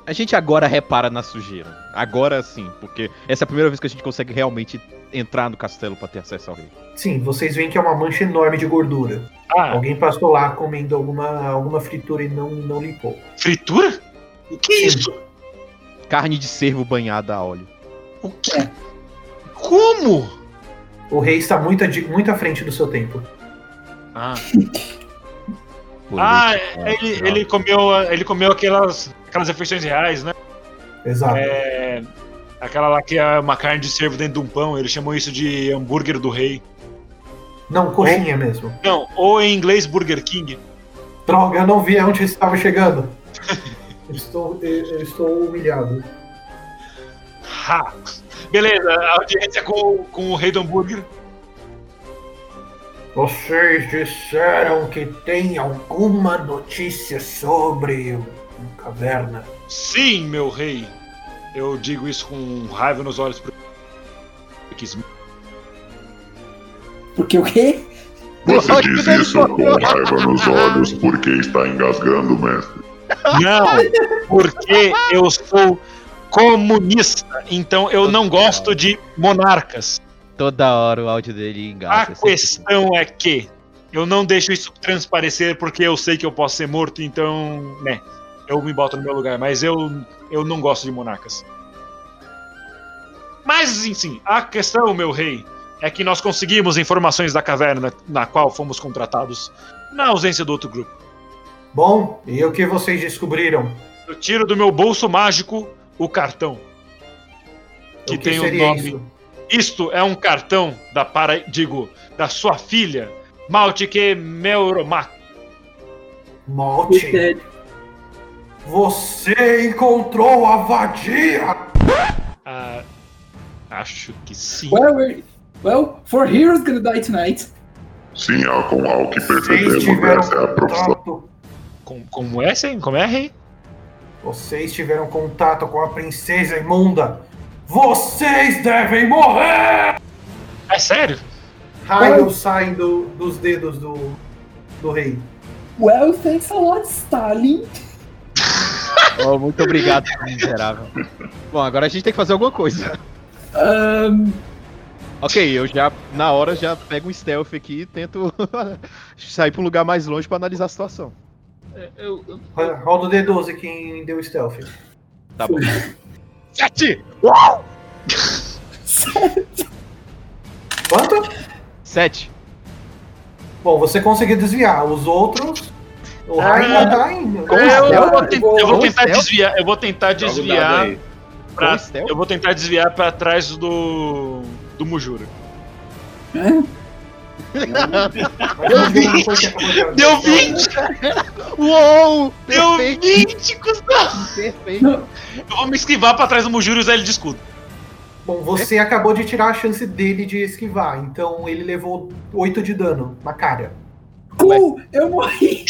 Speaker 5: A gente agora repara na sujeira. Agora sim, porque essa é a primeira vez que a gente consegue realmente entrar no castelo pra ter acesso ao rei.
Speaker 6: Sim, vocês veem que é uma mancha enorme de gordura.
Speaker 2: Ah,
Speaker 6: Alguém passou lá comendo alguma, alguma fritura e não, não limpou.
Speaker 2: fritura? O que é isso?
Speaker 5: Carne de cervo banhada a óleo.
Speaker 2: O que? Como?
Speaker 6: O rei está muito, adi- muito à frente do seu tempo.
Speaker 2: Ah,
Speaker 5: Por
Speaker 2: Ah,
Speaker 5: isso, né?
Speaker 2: ele, ele comeu, ele comeu aquelas, aquelas refeições reais, né?
Speaker 6: Exato.
Speaker 2: É, aquela lá que é uma carne de cervo dentro de um pão, ele chamou isso de hambúrguer do rei.
Speaker 6: Não, coxinha mesmo.
Speaker 2: Não, ou em inglês Burger King.
Speaker 6: Droga, eu não vi aonde você estava chegando. estou, eu, eu estou humilhado.
Speaker 2: Ha! Beleza, a audiência com, com o rei do hambúrguer.
Speaker 6: Vocês disseram que tem alguma notícia sobre a caverna.
Speaker 2: Sim, meu rei. Eu digo isso com raiva nos olhos. pro- que esm-
Speaker 4: Porque o quê?
Speaker 7: Você diz isso com raiva nos olhos porque está engasgando, mestre.
Speaker 2: Não, porque eu sou comunista, então eu não gosto de monarcas.
Speaker 5: Toda hora o áudio dele
Speaker 2: A
Speaker 5: engasga. sempre assim.
Speaker 2: questão é que eu não deixo isso transparecer porque eu sei que eu posso ser morto, então, né, eu me boto no meu lugar, mas eu, eu não gosto de monarcas. Mas, enfim, a questão, meu rei, é que nós conseguimos informações da caverna na qual fomos contratados na ausência do outro grupo.
Speaker 6: Bom, e o que vocês descobriram?
Speaker 2: Eu tiro do meu bolso mágico o cartão. Que
Speaker 6: o que
Speaker 2: tem o
Speaker 6: seria
Speaker 2: nome.
Speaker 6: isso?
Speaker 2: Isto é um cartão da para, digo, da sua filha, Maltike Meuromac.
Speaker 6: Malte. Você encontrou a vadia!
Speaker 2: Ah, acho que sim.
Speaker 4: Well, we're- well, four heroes gonna die tonight.
Speaker 7: Sim, ao, com- ao que
Speaker 6: Vocês
Speaker 7: percebemos,
Speaker 6: tiveram
Speaker 7: essa é a profissão.
Speaker 6: contato.
Speaker 2: Com- como é, hein? Como é, hein?
Speaker 6: Vocês tiveram contato com a princesa imunda! Vocês devem morrer!
Speaker 2: É sério?
Speaker 6: Raios saem do- dos dedos do, do rei.
Speaker 4: Well, thanks a lot, Stalin.
Speaker 5: Oh, muito obrigado, seu miserável. Bom, agora a gente tem que fazer alguma coisa.
Speaker 4: Ahn,
Speaker 5: Ok, eu já, na hora, já pego um stealth aqui e tento sair pra um lugar mais longe pra analisar a situação.
Speaker 6: Ro- Roda o D12 quem deu stealth.
Speaker 5: Tá bom.
Speaker 2: Sete!
Speaker 6: Quanto?
Speaker 5: Sete.
Speaker 6: Bom, você conseguiu desviar. Os outros. O
Speaker 2: Ah,
Speaker 6: raio não tá indo.
Speaker 2: Eu, assim? eu vou, ten- eu vou
Speaker 5: Com
Speaker 2: tentar
Speaker 5: stealth?
Speaker 2: desviar. Eu vou tentar
Speaker 3: Joga o um dado
Speaker 2: desviar.
Speaker 3: aí.
Speaker 2: Pra,
Speaker 5: Com stealth?
Speaker 2: eu vou tentar desviar pra trás do. do Mujura.
Speaker 6: Mas não tem uma coisa que eu quero
Speaker 2: Deu
Speaker 6: dizer.
Speaker 2: 20!
Speaker 5: Uou!
Speaker 2: Deu
Speaker 5: Perfeito!
Speaker 2: 20, Gustavo!
Speaker 5: Perfeito!
Speaker 2: Eu vou me esquivar pra trás do Mujura e usar ele de escudo.
Speaker 6: Bom, você acabou de tirar a chance dele de esquivar, então ele levou 8 de dano na cara.
Speaker 4: cool, eu morri.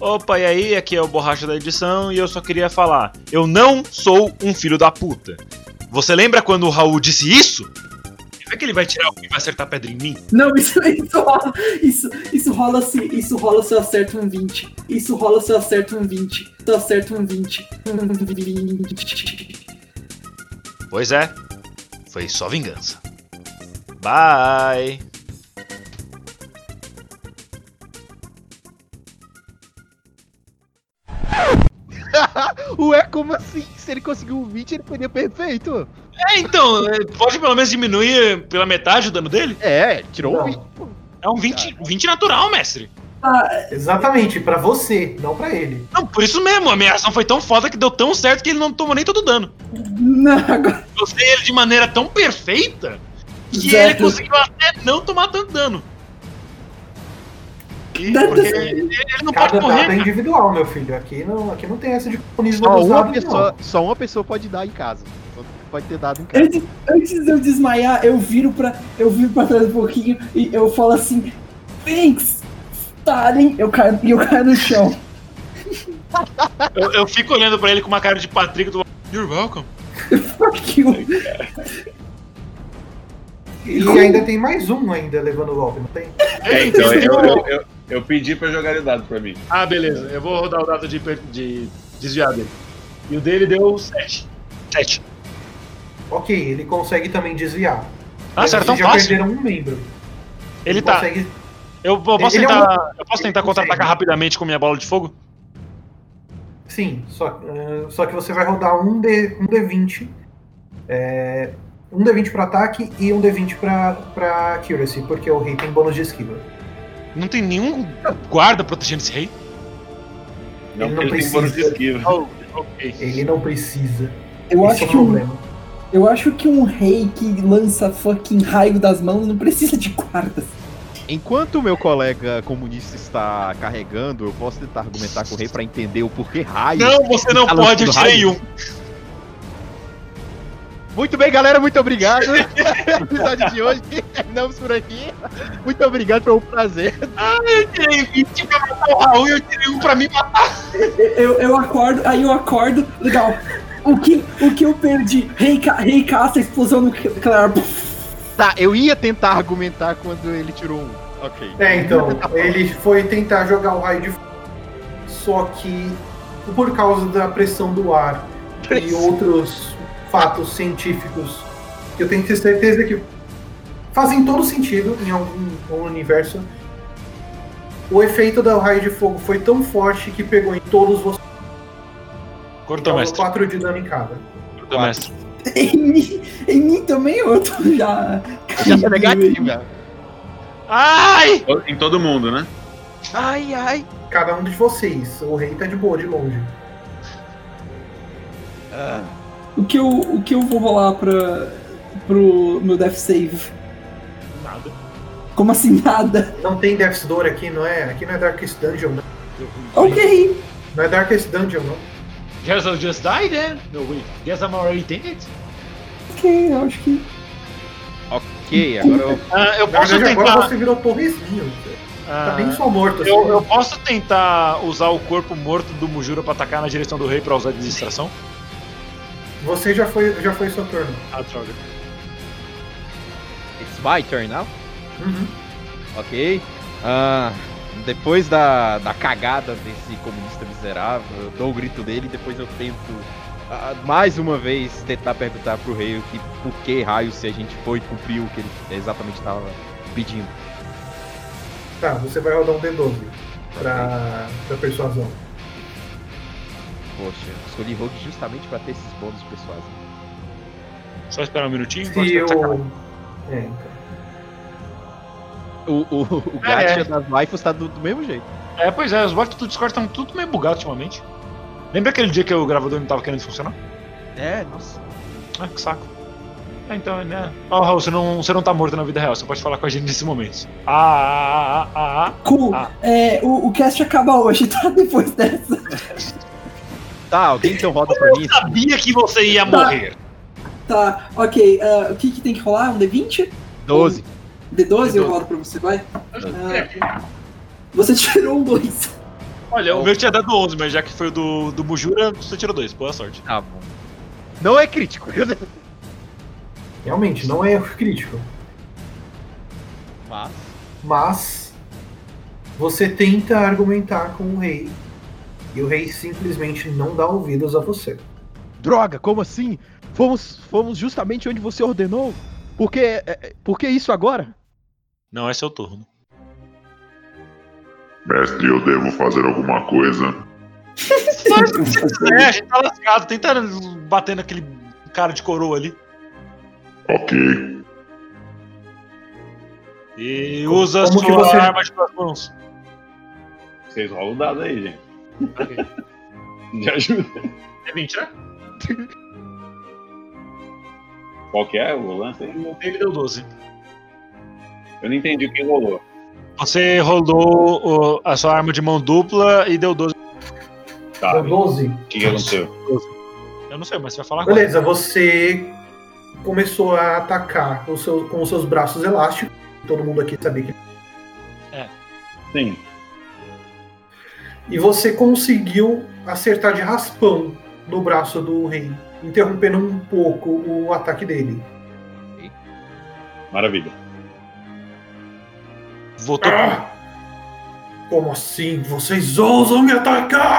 Speaker 2: Opa, e aí? Aqui é o Borracha da Edição e eu só queria falar: eu não sou um filho da puta. Você lembra quando o Raul disse isso? Será que ele vai tirar o e vai acertar a pedra em mim?
Speaker 4: Não, isso, isso rola. Isso, isso rola se. Isso rola se eu acerto um 20. Isso rola se eu acerto um 20. Se eu acerto um 20. Um 20.
Speaker 2: Pois é. Foi só vingança. Bye.
Speaker 5: Ué, como assim? Se ele conseguiu um 20, ele poderia perfeito.
Speaker 2: É, então, é, pode pelo menos diminuir eh, pela metade o dano dele?
Speaker 5: É, tirou
Speaker 6: Não.
Speaker 5: um 20. pô.
Speaker 2: É um 20, 20 natural, mestre.
Speaker 6: Exatamente, pra você, não pra ele.
Speaker 2: Não, por isso mesmo, a minha ação foi tão foda que deu tão certo que ele não tomou nem todo o dano.
Speaker 4: Não, agora.
Speaker 2: Eu usei ele de maneira tão perfeita que ele
Speaker 4: Certo.
Speaker 2: conseguiu até não tomar tanto dano. E
Speaker 4: Tanto
Speaker 2: porque
Speaker 4: assim.
Speaker 2: ele, ele não
Speaker 6: Cada
Speaker 2: pode
Speaker 6: dado é
Speaker 2: morrer.
Speaker 6: individual, meu filho. Aqui não, aqui não tem essa de comunismo
Speaker 5: Só
Speaker 6: dos
Speaker 5: uma,
Speaker 6: dados,
Speaker 5: pessoa, só uma pessoa pode dar em casa. Só Pode ter dado em casa.
Speaker 4: Antes, antes de eu desmaiar, eu viro pra. Eu viro pra trás um pouquinho e eu falo assim. Thanks! Stalin! Eu caio, e eu caio no chão.
Speaker 2: Eu, eu fico olhando pra ele com uma cara de Patrick do. You're welcome.
Speaker 4: Fuck you.
Speaker 6: não. E ainda tem mais um ainda levando o golpe, não tem?
Speaker 3: É, então, eu, eu, eu, eu pedi pra jogar o dado pra mim.
Speaker 2: Ah, beleza. Eu vou rodar o dado de, per- de desviar dele. E o dele deu 7. 7.
Speaker 6: Ok, ele consegue também desviar.
Speaker 2: Ah, será tão
Speaker 6: já
Speaker 2: fácil?
Speaker 6: perderam um membro.
Speaker 2: Ele tá.
Speaker 6: consegue-
Speaker 2: Eu, eu posso
Speaker 6: Ele é um-
Speaker 2: tentar, eu posso
Speaker 6: ele
Speaker 2: tentar
Speaker 6: consegue.
Speaker 2: contra-atacar rapidamente com minha bola de fogo?
Speaker 6: Sim, só, eh, só que você vai rodar um, D, um D20. eh, um D20 pra ataque e um D20 pra, pra accuracy, porque o rei tem bônus de esquiva.
Speaker 2: Não tem nenhum guarda protegendo esse rei?
Speaker 3: Não,
Speaker 6: Ele
Speaker 3: porque ele
Speaker 6: não
Speaker 3: tem
Speaker 6: precisa.
Speaker 3: bônus de esquiva.
Speaker 2: ok.
Speaker 6: Ele não precisa.
Speaker 4: Eu
Speaker 6: Esse
Speaker 4: acho,
Speaker 6: é o
Speaker 4: que um,
Speaker 6: problema.
Speaker 4: eu acho que um rei que lança fucking raio das mãos não precisa de guardas.
Speaker 5: Enquanto o meu colega comunista está carregando, eu posso tentar argumentar com o rei pra entender o porquê raio.
Speaker 2: Não, você é um. não
Speaker 5: Tá
Speaker 2: pode, eu
Speaker 5: lançando
Speaker 2: tirei
Speaker 5: raio?
Speaker 2: um.
Speaker 9: Muito bem, galera, muito obrigado. O episódio de hoje, terminamos por aqui. Muito obrigado, foi um prazer.
Speaker 2: Eu tirei 20 pra matar o Raul e eu tirei um pra mim matar.
Speaker 4: Eu, eu acordo, aí eu acordo, legal. O que, o que eu perdi? Rei, Ca- rei caça, explosão nuclear.
Speaker 9: Tá, eu ia tentar argumentar quando ele tirou um. Ok.
Speaker 6: É, então, ele foi tentar jogar o raio de fogo, só que por causa da pressão do ar e outros fatos científicos que eu tenho que ter certeza que fazem todo sentido em algum, algum universo, o efeito do raio de fogo foi tão forte que pegou em todos vocês Então,
Speaker 2: Cortou, mestre.
Speaker 6: quatro dinamicada.
Speaker 2: Cortou, mestre.
Speaker 4: Em mim, em mim também eu tô já.
Speaker 9: Já tá negativo,
Speaker 2: né?
Speaker 9: cara.
Speaker 2: Ai!
Speaker 3: Em todo mundo, né?
Speaker 9: Ai, ai.
Speaker 6: Cada um de vocês. O rei tá de boa, de longe.
Speaker 4: O que eu, o que eu vou rolar pra, pro meu death save?
Speaker 2: Nada.
Speaker 4: Como assim nada?
Speaker 6: Não tem Death's Door aqui, não é? Aqui não é Darkest Dungeon, não.
Speaker 4: Ok.
Speaker 6: Não é Darkest Dungeon, não.
Speaker 2: Guess I just died, eh? No, wait. Guess I'm already dead?
Speaker 4: Ok, eu acho que.
Speaker 5: Ok, agora eu.
Speaker 2: Ah, eu
Speaker 6: Na
Speaker 2: posso
Speaker 6: verdade, agora
Speaker 2: tentar.
Speaker 6: você virou torresminho. Tá
Speaker 2: ah,
Speaker 6: bem só morto. Assim.
Speaker 2: eu, eu posso tentar usar o corpo morto do Mujura pra atacar na direção do rei pra usar de distração?
Speaker 6: Você já foi, já foi seu turno.
Speaker 2: Ah, droga.
Speaker 5: It's my turn now?
Speaker 6: Uhum.
Speaker 5: Ok. Ah, depois da, da cagada desse comunista miserável, eu dou o grito dele e depois eu tento ah, mais uma vez tentar perguntar pro rei o que, por que raio se a gente foi e cumpriu o que ele exatamente estava pedindo.
Speaker 6: Tá, você vai rodar um D12 pra, pra persuasão.
Speaker 5: Poxa, eu escolhi Rogue justamente pra ter esses bônus de pessoas.
Speaker 2: Só esperar um minutinho.
Speaker 6: Se eu. É, então.
Speaker 5: O, o, o
Speaker 2: Ah,
Speaker 5: gacha
Speaker 2: é.
Speaker 5: das waifus tá do, do mesmo jeito.
Speaker 2: É, pois é, os bots do Discord estão tudo meio bugados ultimamente. Lembra aquele dia que o gravador não tava querendo funcionar?
Speaker 5: É, nossa.
Speaker 2: Ah, que saco. Ah, então, né? Ó, Raul, você não, você não tá morto na vida real, você pode falar com a gente nesse momento. Ah, ah, ah, ah,
Speaker 4: Cool.
Speaker 2: Ah.
Speaker 4: É, o, o cast acaba hoje, tá? Depois dessa.
Speaker 5: Tá, alguém então roda pra mim.
Speaker 2: ah. Sabia que você ia morrer.
Speaker 4: Tá, ok. ah, o que, que tem que rolar? Um D20?
Speaker 5: 12.
Speaker 4: D12,
Speaker 5: D12.
Speaker 4: eu rodo pra você, vai. Ah, você tirou um 2.
Speaker 2: Olha, o meu tinha dado 11, mas já que foi o do, do Mujura, você tirou dois. Boa sorte.
Speaker 5: Tá bom. Não é crítico.
Speaker 6: Realmente, não é erro crítico.
Speaker 5: Mas.
Speaker 6: Mas. Você tenta argumentar com o rei. E o rei simplesmente não dá ouvidos a você.
Speaker 5: Droga, como assim? Fomos, fomos justamente onde você ordenou? Por que, é, é, por que isso agora?
Speaker 2: Não, é seu turno.
Speaker 7: Mestre, eu devo fazer alguma coisa.
Speaker 2: É, a gente tá lascado, tenta bater naquele cara de coroa ali.
Speaker 7: Ok.
Speaker 2: E usa
Speaker 6: Como que
Speaker 2: sua
Speaker 6: você-
Speaker 2: arma de duas mãos.
Speaker 3: Vocês rolam o dado aí, gente. Me ajuda.
Speaker 2: É 20, né?
Speaker 3: Qual que é o lance aí?
Speaker 2: Ele deu 12.
Speaker 3: Eu não entendi quem rolou.
Speaker 2: Você rolou o- a sua arma de mão dupla e deu 12.
Speaker 3: Tá,
Speaker 6: Deu
Speaker 3: o
Speaker 6: 12.
Speaker 3: que que aconteceu?
Speaker 2: Eu não sei, mas você vai falar agora.
Speaker 6: Beleza, você começou a atacar o seu- com os seus braços elásticos. Todo mundo aqui sabia que
Speaker 3: Sim.
Speaker 6: E você conseguiu acertar de raspão no braço do rei, interrompendo um pouco o ataque dele.
Speaker 3: Maravilha.
Speaker 2: Voltou.
Speaker 6: Como assim? Vocês ousam me atacar?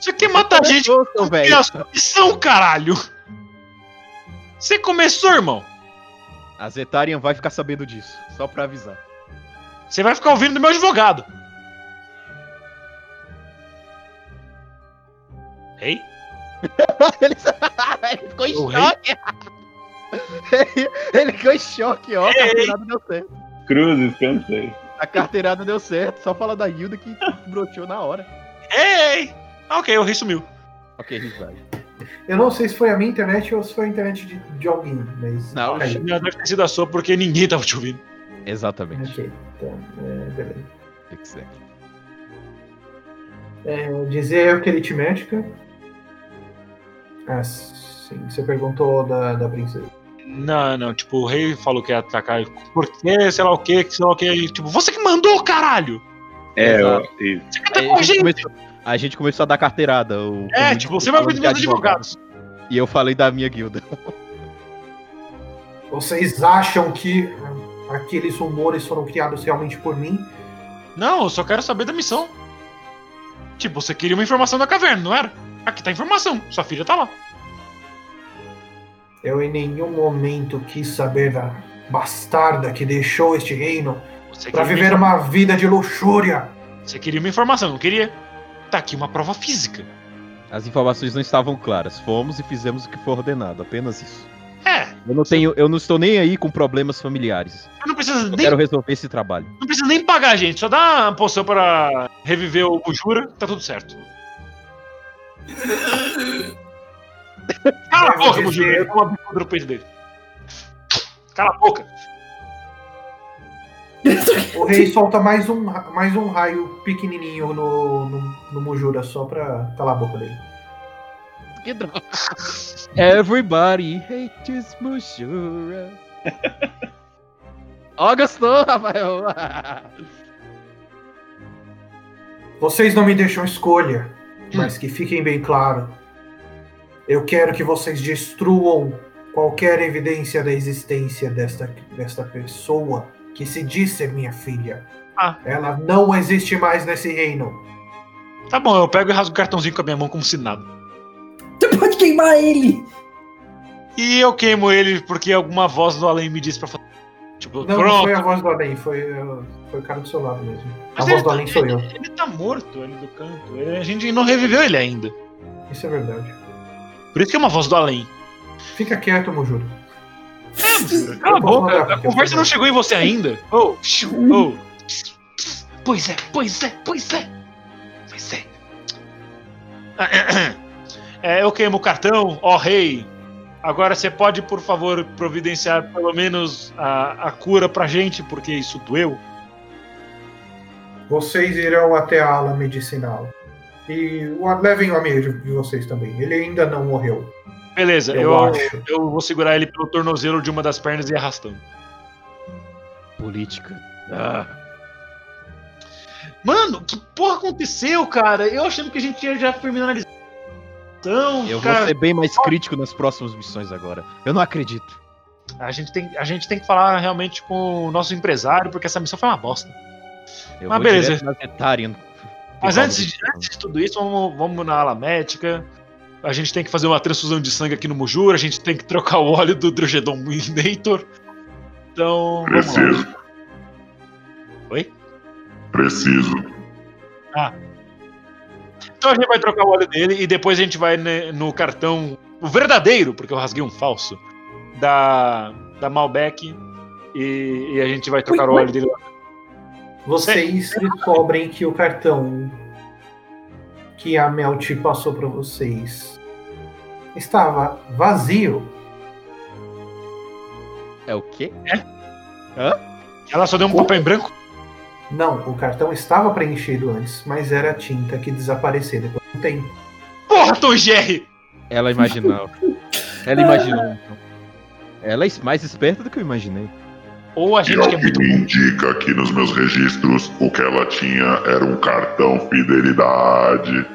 Speaker 2: Você
Speaker 5: tá
Speaker 2: quer matar a gente?
Speaker 5: Nossa,
Speaker 2: É a sua missão, caralho! Você começou, irmão!
Speaker 5: A Zetarian vai ficar sabendo disso, só pra avisar.
Speaker 2: Você vai ficar ouvindo do meu advogado. Rei?
Speaker 5: ele, ele ficou em
Speaker 2: O rei?
Speaker 5: choque. ele, ele ficou em choque, ó. A carteirada deu certo.
Speaker 3: Cruzes, cansei.
Speaker 5: A carteirada deu certo. Só fala da Hilda que broteou na hora.
Speaker 2: Ei! Ah, ok, o rei sumiu.
Speaker 5: Ok, vai.
Speaker 6: Eu não sei se foi a minha internet ou se foi a internet de, de alguém, mas.
Speaker 5: Não,
Speaker 6: Aí,
Speaker 2: Já É, deve ter sido a sua porque ninguém tava te ouvindo.
Speaker 5: Exatamente.
Speaker 6: Ok, então, é, beleza.
Speaker 5: Exactly.
Speaker 6: Então, É, dizer que ele te médica. As- Sim, você perguntou da, da princesa.
Speaker 2: Não, não, tipo, o rei falou que ia atacar. Por que, sei lá o que, sei lá o que. E, tipo, você que mandou, caralho!
Speaker 3: É,
Speaker 5: Exato.
Speaker 3: eu- isso.
Speaker 2: Você que tá
Speaker 5: Aí
Speaker 2: com
Speaker 5: a,
Speaker 2: a
Speaker 5: gente
Speaker 2: gente!
Speaker 5: começou, a gente começou a dar carteirada. o-
Speaker 2: É,
Speaker 5: o-
Speaker 2: tipo, você vai
Speaker 5: o-
Speaker 2: ver meus advogados.
Speaker 5: E eu falei da minha guilda.
Speaker 6: Vocês acham que eh, aqueles rumores foram criados realmente por mim?
Speaker 2: Não, eu só quero saber da missão. Tipo, você queria uma informação da caverna, não era? Aqui tá a informação, sua filha tá lá.
Speaker 6: Eu em nenhum momento quis saber da bastarda que deixou este reino
Speaker 2: Você
Speaker 6: para
Speaker 2: queria
Speaker 6: viver
Speaker 2: uma...
Speaker 6: uma vida de luxúria.
Speaker 2: infor- você queria uma informação, não queria? Tá aqui uma prova física.
Speaker 5: As informações não estavam claras. Fomos e fizemos o que foi ordenado, apenas isso.
Speaker 2: É,
Speaker 5: Eu não tenho, eu não estou nem aí com problemas familiares.
Speaker 2: eu não precisa
Speaker 5: Eu
Speaker 2: nem,
Speaker 5: quero resolver esse trabalho.
Speaker 2: não precisa nem pagar, gente. Só dá uma poção pra reviver o Bujura, tá tudo certo. Cala a
Speaker 6: Deve
Speaker 2: boca,
Speaker 6: dizer-
Speaker 2: Bujura. Eu dou uma bicuda no peito dele. Cala a boca.
Speaker 6: O rei solta mais um, ra- mais um raio pequenininho no, no, no Mujura só pra calar a boca dele.
Speaker 9: Que droga.
Speaker 5: Everybody hates Mushura.
Speaker 9: Ó, gostou, Rafael.
Speaker 6: Vocês não me deixam escolha,
Speaker 2: Hum.
Speaker 6: mas que fiquem bem claro. Eu quero que vocês destruam qualquer evidência da existência desta, desta pessoa que se diz ser minha filha.
Speaker 2: Ah.
Speaker 6: Ela não existe mais nesse reino.
Speaker 2: Tá bom, eu pego e rasgo o cartãozinho com a minha mão como se nada.
Speaker 4: Você pode queimar ele!
Speaker 2: E eu queimo ele porque alguma voz do além me disse pra fazer. Tipo,
Speaker 6: Não, não
Speaker 2: pronto.
Speaker 6: foi a voz do além, foi, uh, foi o cara do seu lado mesmo.
Speaker 2: Mas
Speaker 6: A voz
Speaker 2: ele
Speaker 6: do
Speaker 2: tá,
Speaker 6: além sou eu.
Speaker 2: ele- ele tá morto ali do canto. Ele- a gente não reviveu ele ainda.
Speaker 6: Isso é verdade.
Speaker 2: Por isso que é uma voz do além.
Speaker 6: Fica quieto, Mujura.
Speaker 2: Cala a
Speaker 6: Eu posso mandar
Speaker 2: boca, a
Speaker 6: pra
Speaker 2: conversa
Speaker 6: você.
Speaker 2: não chegou em você ainda. Oh, psiu, oh. Pois é, pois é, pois é. Pois é. Ah, É, eu queimo o cartão, ó rei. Agora você pode, por favor, providenciar pelo menos a, a cura pra gente, porque isso doeu.
Speaker 6: Vocês irão até a ala medicinal. E o- levem o amigo de- de vocês também. Ele ainda não morreu,
Speaker 2: Beleza,
Speaker 6: eu,
Speaker 2: eu,
Speaker 6: acho.
Speaker 2: eu vou segurar ele pelo tornozelo de uma das pernas e ir arrastando.
Speaker 5: Política.
Speaker 2: Ah. Mano, que porra aconteceu, cara? Eu achando que a gente tinha já terminado a Então,
Speaker 5: Eu
Speaker 2: cara,
Speaker 5: vou ser bem mais crítico nas próximas missões agora. Eu não acredito.
Speaker 2: a, gente tem, a gente tem que falar realmente com o nosso empresário, porque essa missão foi uma bosta.
Speaker 5: Eu
Speaker 2: Mas
Speaker 5: vou
Speaker 2: beleza.
Speaker 5: direto na Zetarian.
Speaker 2: Mas antes de, antes de tudo isso, vamos, vamos na ala médica. A gente tem que fazer uma transfusão de sangue aqui no Mujura, a gente tem que trocar o óleo do Drogedon Nator. Então, vamos lá.
Speaker 7: Preciso.
Speaker 2: Oi?
Speaker 7: Preciso.
Speaker 2: Então a gente vai trocar o óleo dele e depois a gente vai né, no cartão, o verdadeiro, porque eu rasguei um falso, da, da Malbec. E, e a gente vai trocar o
Speaker 4: Ui,
Speaker 2: óleo dele.
Speaker 6: Vocês descobrem que o cartão que a Melt passou para vocês estava vazio.
Speaker 5: É o quê?
Speaker 2: Ela só deu um papel em branco.
Speaker 6: Não, o cartão estava preenchido antes, mas era a tinta que desapareceu depois de um tempo.
Speaker 2: Porra, Tom Jerry!
Speaker 5: Ela imaginava. Ela imaginou. então. Ela é mais esperta do que eu imaginei.
Speaker 2: Ou a
Speaker 7: E
Speaker 2: gente
Speaker 7: ao
Speaker 2: que é muito
Speaker 7: que me indica aqui nos meus registros, o que ela tinha era um cartão fidelidade.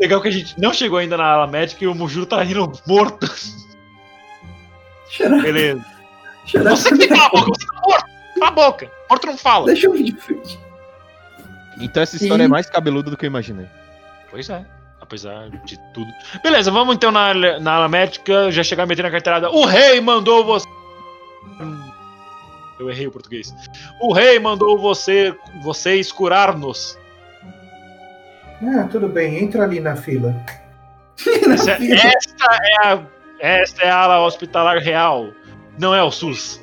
Speaker 2: legal que a gente não chegou ainda na ala médica e o Mujuro tá rindo morto.
Speaker 4: Cheirar,
Speaker 2: Beleza.
Speaker 4: cheirar.
Speaker 2: Você que cala a boca, você tá morto. Cala a boca. Morto não fala.
Speaker 4: Deixa eu ir de frente.
Speaker 5: Então essa história
Speaker 4: Ih.
Speaker 5: é mais cabeluda do que eu imaginei.
Speaker 2: Pois é. Apesar de tudo. Beleza, vamos então na, ala- na ala médica. Já chegar metendo a carteirada. O rei mandou você. Hum, Eu errei o português. O rei mandou você, vocês curar-nos.
Speaker 6: Ah, tudo bem, entra ali na fila.
Speaker 2: Essa, esta é a, esta é a ala hospitalar real. Não é o SUS.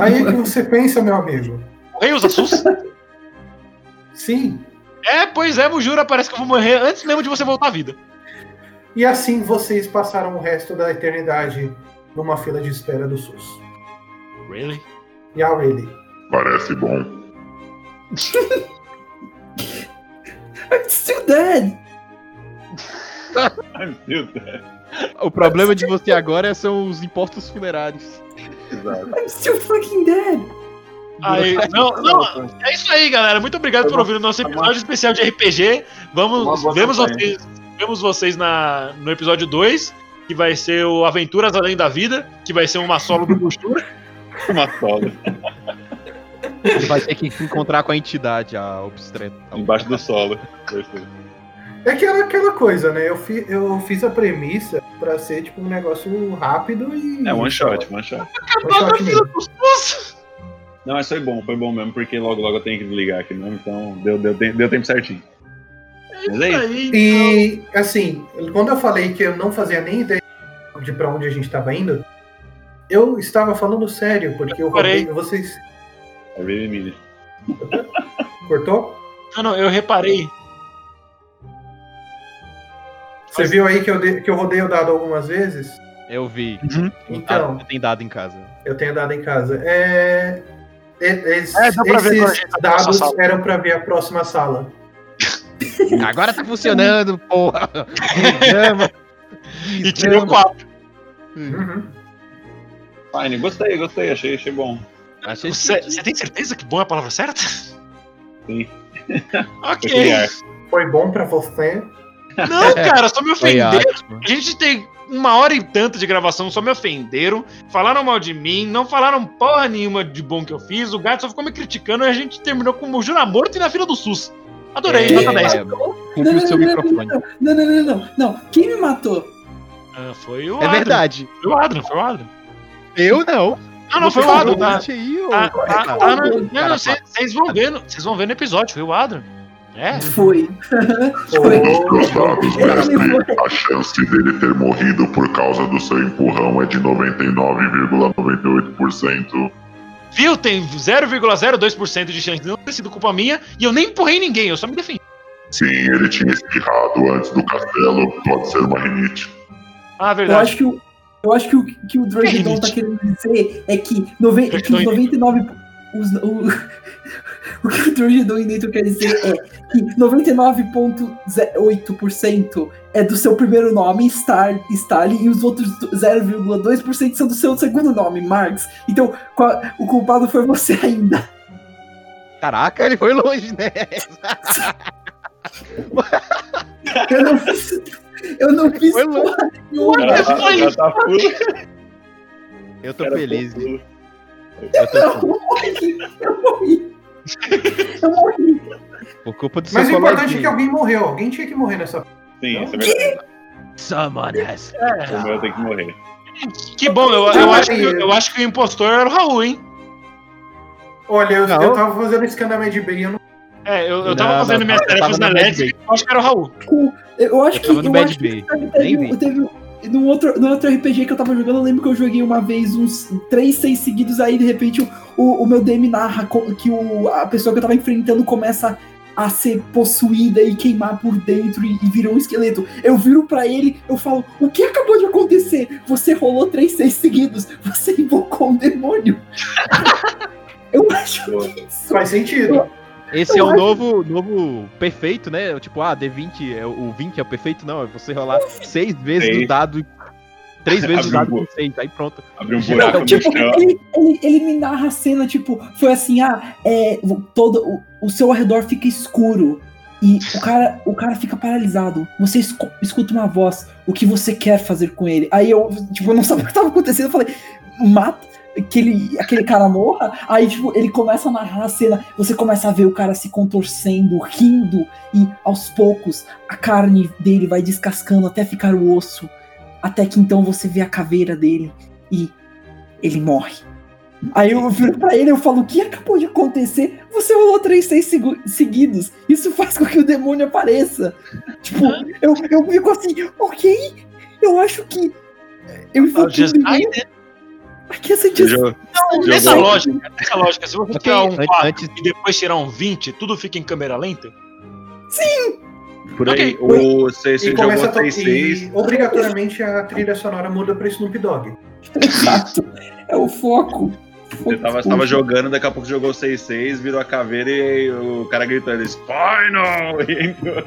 Speaker 6: Aí o que você pensa, meu amigo?
Speaker 2: O rei usa SUS?
Speaker 6: Sim,
Speaker 2: É, pois é, Mujura, parece que eu vou morrer antes mesmo de você voltar à vida.
Speaker 6: E assim vocês passaram o resto da eternidade numa fila de espera do SUS.
Speaker 2: Really?
Speaker 6: E a Riley.
Speaker 7: Parece bom.
Speaker 4: I'm still dead!
Speaker 3: Meu Deus.
Speaker 9: O problema de você agora são os impostos funerários.
Speaker 3: Exato.
Speaker 4: I'm still fucking dead!
Speaker 2: Aí, não, não, é isso aí, galera. Muito obrigado por ouvir o nosso episódio especial de RPG.
Speaker 3: Uma
Speaker 2: Vamos,
Speaker 3: boa
Speaker 2: vemos
Speaker 3: campanha.
Speaker 2: vocês, vemos vocês na, no episódio 2, que vai ser o Aventuras Além da Vida, que vai ser uma solo do Bushura.
Speaker 3: Uma sola.
Speaker 5: Ele vai ter que se encontrar com a entidade, a obstreta.
Speaker 3: Embaixo do solo.
Speaker 6: É aquela, aquela coisa, né? Eu, fi- eu fiz a premissa pra ser tipo um negócio rápido e. É
Speaker 3: É one shot, one shot.
Speaker 6: One shot mesmo.
Speaker 3: Não, mas foi bom, foi bom mesmo, porque logo logo eu tenho que desligar aqui mesmo, então deu, deu, tem- deu tempo certinho. Mas é isso.
Speaker 6: E assim, quando eu falei que eu não fazia nem ideia de pra onde a gente tava indo, eu estava falando sério, porque eu
Speaker 2: Parei.
Speaker 6: roubei vocês.
Speaker 3: É bem menino.
Speaker 6: Cortou?
Speaker 2: Não, não, eu reparei.
Speaker 6: Você viu aí que eu, dei- que eu rodei o dado algumas vezes?
Speaker 5: Eu vi.
Speaker 6: Então.
Speaker 5: Ah, tem dado em casa.
Speaker 6: Eu tenho dado em casa. É... e- es-
Speaker 2: É, dá pra ver quando a
Speaker 6: esses
Speaker 2: gente tá na próxima
Speaker 6: dados
Speaker 2: sala.
Speaker 6: eram pra ver a próxima sala.
Speaker 5: Agora tá funcionando, porra. Desgrama.
Speaker 2: E tirei o 4. Hum.
Speaker 6: Uhum.
Speaker 3: Fine, gostei, gostei, achei, achei bom.
Speaker 5: Achei
Speaker 2: Você
Speaker 5: que-
Speaker 2: você tem certeza que bom é a palavra certa?
Speaker 3: Sim.
Speaker 2: ok.
Speaker 3: Peculiar.
Speaker 6: Foi bom pra você.
Speaker 2: Não, cara, só me
Speaker 5: Foi
Speaker 2: ofenderam.
Speaker 5: ótimo.
Speaker 2: A gente tem uma hora e tanto de gravação, só me ofenderam, falaram mal de mim, não falaram porra nenhuma de bom que eu fiz, o gato só ficou me criticando e a gente terminou com o Jura Morto e na fila do SUS. Adorei,
Speaker 5: É.
Speaker 2: nota 10.
Speaker 5: Cumpre o seu microfone. É
Speaker 4: Não, não, não, não, não. Quem me matou?
Speaker 2: Ah, foi o
Speaker 9: É
Speaker 2: Adrian,
Speaker 9: verdade.
Speaker 2: Foi o Adrian, foi o Adrian.
Speaker 9: Eu não.
Speaker 2: Ah, não, foi o
Speaker 9: lado
Speaker 2: Adrian, tá?
Speaker 9: Aí, ô.
Speaker 2: Tá, tá, tá,
Speaker 4: Cara,
Speaker 2: não, não, não, cê- Vocês vão ver no- vocês vão ver no episódio, foi o Adrian. É,
Speaker 4: Foi. Foi.
Speaker 7: Dos
Speaker 6: Ô,
Speaker 7: dados, mestre, a chance dele ter morrido por causa do seu empurrão é de 99,98%.
Speaker 2: viu? Tem 0,02% de chance de não ter sido culpa minha e eu nem empurrei ninguém, eu só me defendi.
Speaker 7: Sim, ele tinha espirrado antes do castelo, pode ser uma rinite.
Speaker 2: Ah,
Speaker 4: Eu
Speaker 2: verdade.
Speaker 4: acho que o, eu acho que o, que o Dragidon
Speaker 2: Limite.
Speaker 4: tá querendo dizer é que, noven, que os 99. Os, o, o que o Dragidon dentro quer dizer é que 99,08% é do seu primeiro nome, Star, Stalin, e os outros 0,2% são do seu segundo nome, Marx. Então, qual- o culpado foi você ainda.
Speaker 2: ah,
Speaker 5: Caraca, ele foi longe, né?
Speaker 4: Eu não fiz. Eu não fiz
Speaker 5: Foi louco.
Speaker 4: porra nenhuma.
Speaker 3: Já tá- já tá full,
Speaker 5: Eu tô
Speaker 3: cara,
Speaker 5: feliz.
Speaker 3: full.
Speaker 5: Eu tô
Speaker 4: Eu
Speaker 5: feliz.
Speaker 4: morri. Eu morri. Eu morri.
Speaker 5: Por culpa do seu
Speaker 6: Mas o importante é
Speaker 5: coleguinha.
Speaker 6: que alguém morreu. Alguém tinha que morrer nessa.
Speaker 3: Sim, isso é verdade.
Speaker 5: Someone has...
Speaker 3: Então vai ter que morrer.
Speaker 2: Que bom, eu, eu acho que, eu acho que o impostor era o Raul, hein?
Speaker 6: Olha, eu,
Speaker 5: Não.
Speaker 6: eu tava fazendo esse canamé de bem. Eu não...
Speaker 2: É, eu, eu tava
Speaker 5: Não,
Speaker 2: fazendo
Speaker 5: não,
Speaker 2: minhas
Speaker 5: eu tava
Speaker 2: tarefas
Speaker 5: no
Speaker 2: na
Speaker 5: Bad
Speaker 2: LED, eu acho que era o Raul.
Speaker 4: Eu acho
Speaker 5: É Eu
Speaker 4: que.
Speaker 5: tava no
Speaker 4: eu
Speaker 5: Bad
Speaker 4: acho que
Speaker 5: Bay,
Speaker 4: teve,
Speaker 5: nem
Speaker 4: teve,
Speaker 5: vi.
Speaker 4: teve- num outro, num outro RPG que eu tava jogando, eu lembro que eu joguei uma vez uns 3, 6 seguidos, aí de repente o, o, o meu DM narra co- que o, a pessoa que eu tava enfrentando começa a ser possuída e queimar por dentro e, e virou um esqueleto. Eu viro pra ele, eu falo, o que acabou de acontecer? Você rolou 3, 6 seguidos, você invocou um demônio. eu acho que isso.
Speaker 6: Faz sentido.
Speaker 4: Eu
Speaker 5: Esse é o
Speaker 4: acho-
Speaker 5: novo, novo perfeito, né? Tipo, ah, D20, é, o 20 é o perfeito? Não, é você rolar seis vezes
Speaker 3: Seis.
Speaker 5: o dado. Três vezes o
Speaker 3: Abriu
Speaker 5: dado
Speaker 3: o
Speaker 5: com
Speaker 3: gol.
Speaker 5: seis, aí pronto.
Speaker 3: Abriu um
Speaker 4: Não,
Speaker 3: buraco no
Speaker 4: tipo,
Speaker 3: chão.
Speaker 4: ele, ele- ele me narra a cena, tipo, foi assim, ah, é, vo- todo, o, o seu arredor fica escuro. E o cara, o cara fica paralisado. Você escu- escuta uma voz, o que você quer fazer com ele? Aí eu, tipo, eu não sabia o que tava acontecendo, eu falei, mata aquele, aquele cara morra. Aí, tipo, ele começa a narrar a cena, você começa a ver o cara se contorcendo, rindo, e aos poucos a carne dele vai descascando até ficar o osso. Até que então você vê a caveira dele e ele morre. Aí eu viro pra ele e eu falo, o que acabou de acontecer? Você rolou três seis segu- seguidos. Isso faz com que o demônio apareça. Tipo, eu, eu fico assim, ok, eu acho que... Eu
Speaker 2: Ah,
Speaker 4: invoquei
Speaker 2: just
Speaker 4: um
Speaker 2: died,
Speaker 4: demônio. Aqui é essa
Speaker 3: Você jogou-
Speaker 4: né,
Speaker 3: jogou-
Speaker 2: Nessa lógica, nessa lógica, se você
Speaker 5: Ok,
Speaker 2: tirar um
Speaker 5: an-
Speaker 2: 4
Speaker 5: antes-
Speaker 2: e depois tirar um 20, tudo fica em câmera lenta?
Speaker 3: Por aí,
Speaker 2: Ok.
Speaker 3: o você você
Speaker 6: E
Speaker 3: jogou
Speaker 6: começa a to-
Speaker 3: 6-6.
Speaker 6: e obrigatoriamente a trilha sonora muda pra Snoop Dogg.
Speaker 4: Exato. É o foco.
Speaker 3: Você tava, você tava jogando, daqui a pouco jogou 6-6, virou a caveira e o cara gritando Spinal! E entrou.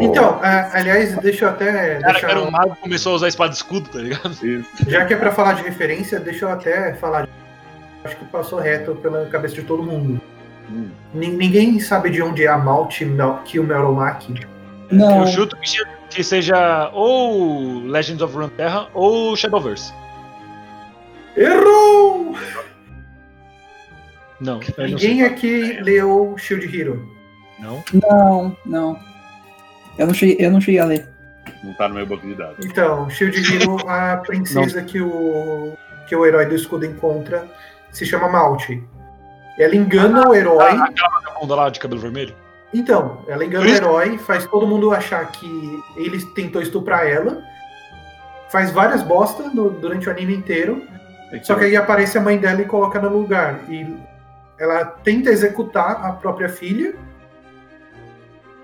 Speaker 6: Então, a- aliás, deixa eu até.
Speaker 2: Cara,
Speaker 6: deixar
Speaker 2: que era
Speaker 6: um-
Speaker 2: um mago que começou a usar espada e escudo, tá ligado?
Speaker 3: Isso.
Speaker 6: Já que é pra falar de referência, deixa eu até falar. de- Acho que passou reto pela cabeça de todo mundo.
Speaker 3: Hum.
Speaker 6: Nin- Ninguém sabe de onde é a Malte Mel- que o Melomaki.
Speaker 4: Não,
Speaker 2: Eu chuto que, che- que seja ou Legends of Runeterra ou Shadowverse.
Speaker 6: Errou!
Speaker 2: Não, eu não sei.
Speaker 6: Ninguém aqui leu Shield Hero.
Speaker 2: Não.
Speaker 4: não, não. Eu não cheguei, eu não cheguei a ler.
Speaker 3: Não tá no meu banco de dados.
Speaker 6: Então, Shield Hero, a princesa que o, que o herói do escudo encontra se chama Malte. Ela engana o herói.
Speaker 2: Ah, aquela vagabunda lá de cabelo vermelho.
Speaker 6: Então, ela engana
Speaker 2: Por
Speaker 6: o
Speaker 2: isso-
Speaker 6: herói, faz todo mundo achar que ele tentou estuprar ela, faz várias bostas no- durante o anime inteiro, só que aí aparece a mãe dela e coloca no lugar. E ela tenta executar a própria filha,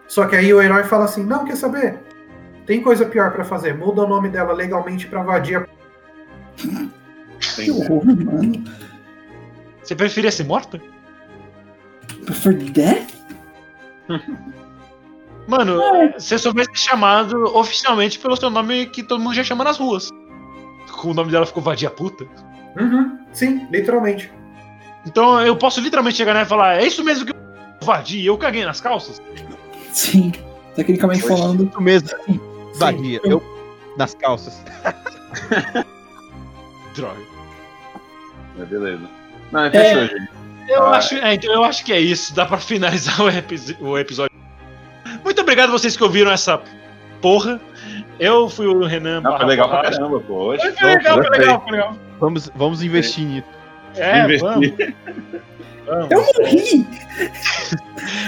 Speaker 6: só que aí o herói fala assim: Não, quer saber? Tem coisa pior pra fazer, muda o nome dela legalmente pra vadia.
Speaker 4: Que horror, mano.
Speaker 2: Você preferia ser morta?
Speaker 4: For Death?
Speaker 2: Mano, você só vai ser chamado oficialmente pelo seu nome que todo mundo já chama nas ruas. O nome dela ficou vadia puta.
Speaker 6: Uhum, sim, literalmente.
Speaker 2: Então eu posso literalmente chegar nela e falar, é isso mesmo que eu vadia, eu caguei nas calças.
Speaker 4: Sim. Tecnicamente falando.
Speaker 5: Isso mesmo. Vadia. Eu nas calças.
Speaker 2: Droga.
Speaker 3: Mas beleza. Não, é fechou, gente.
Speaker 2: Eu,
Speaker 3: Ah.
Speaker 2: acho, é, então eu acho que é isso. Dá pra finalizar o, epi- o episódio. Muito obrigado a vocês que ouviram essa porra. Eu fui o Renan.
Speaker 3: Não,
Speaker 2: barra
Speaker 3: foi legal pra
Speaker 2: Barra.
Speaker 3: caramba, pô. Hoje
Speaker 2: Foi foi legal, foi legal, foi legal.
Speaker 5: Vamos, vamos investir nisso.
Speaker 2: É, vamos,
Speaker 3: investir.
Speaker 2: vamos.
Speaker 4: Eu morri!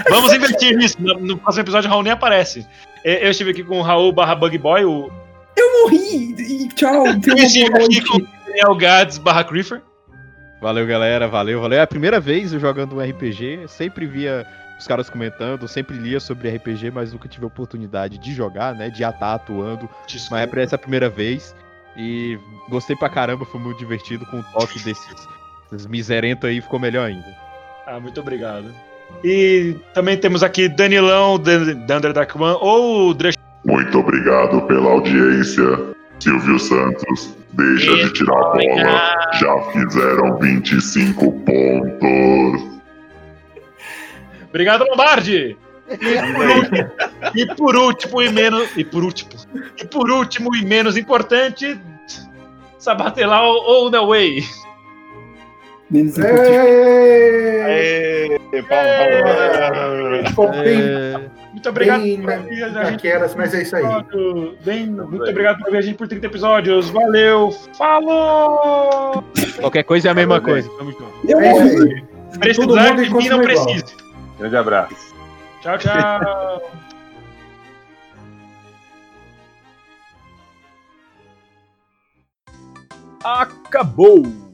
Speaker 2: Vamos investir nisso. No, no próximo episódio, o Raul nem aparece. É, Eu estive aqui com o Raul barra Bugboy, o
Speaker 4: Eu morri! E tchau, tenha
Speaker 2: Eu estive
Speaker 4: uma boa
Speaker 2: aqui
Speaker 4: noite.
Speaker 2: com o Daniel Gads barra Creeper.
Speaker 5: Valeu, galera. Valeu, valeu. É a primeira vez eu jogando um RPG. Sempre via os caras comentando, sempre lia sobre RPG, mas nunca tive a oportunidade de jogar, né? De estar atuando. Mas é pra essa primeira vez. E gostei pra caramba, foi muito divertido com o toque desses, desses miserentos aí, ficou melhor ainda.
Speaker 2: Ah, muito obrigado. E também temos aqui Danilão, Dan- Dander Dark One, ou o Dre
Speaker 7: Muito obrigado pela audiência. Silvio Santos, deixa de tirar a bola. Já fizeram 25 pontos.
Speaker 2: Obrigado, Lombardi! E por último e menos. E por último. E por último e menos importante, Sabatelau ou The Way.
Speaker 4: Menos importante.
Speaker 6: É... Ficou bem,
Speaker 5: É,
Speaker 2: Muito obrigado
Speaker 6: Bem,
Speaker 2: por ouvir a gente.
Speaker 6: naquelas, mas é isso aí.
Speaker 2: Bem, muito obrigado por ver a gente por 30 episódios. Valeu! Falou!
Speaker 5: Qualquer coisa é a mesma
Speaker 3: Tudo bem.
Speaker 5: coisa. Tamo junto.
Speaker 4: Eu
Speaker 6: É
Speaker 4: morri!
Speaker 6: isso aí.
Speaker 2: Precisar
Speaker 6: mundo
Speaker 2: de mim não
Speaker 6: continua igual.
Speaker 2: precisa.
Speaker 3: Grande abraço.
Speaker 2: Tchau, tchau.
Speaker 10: Acabou!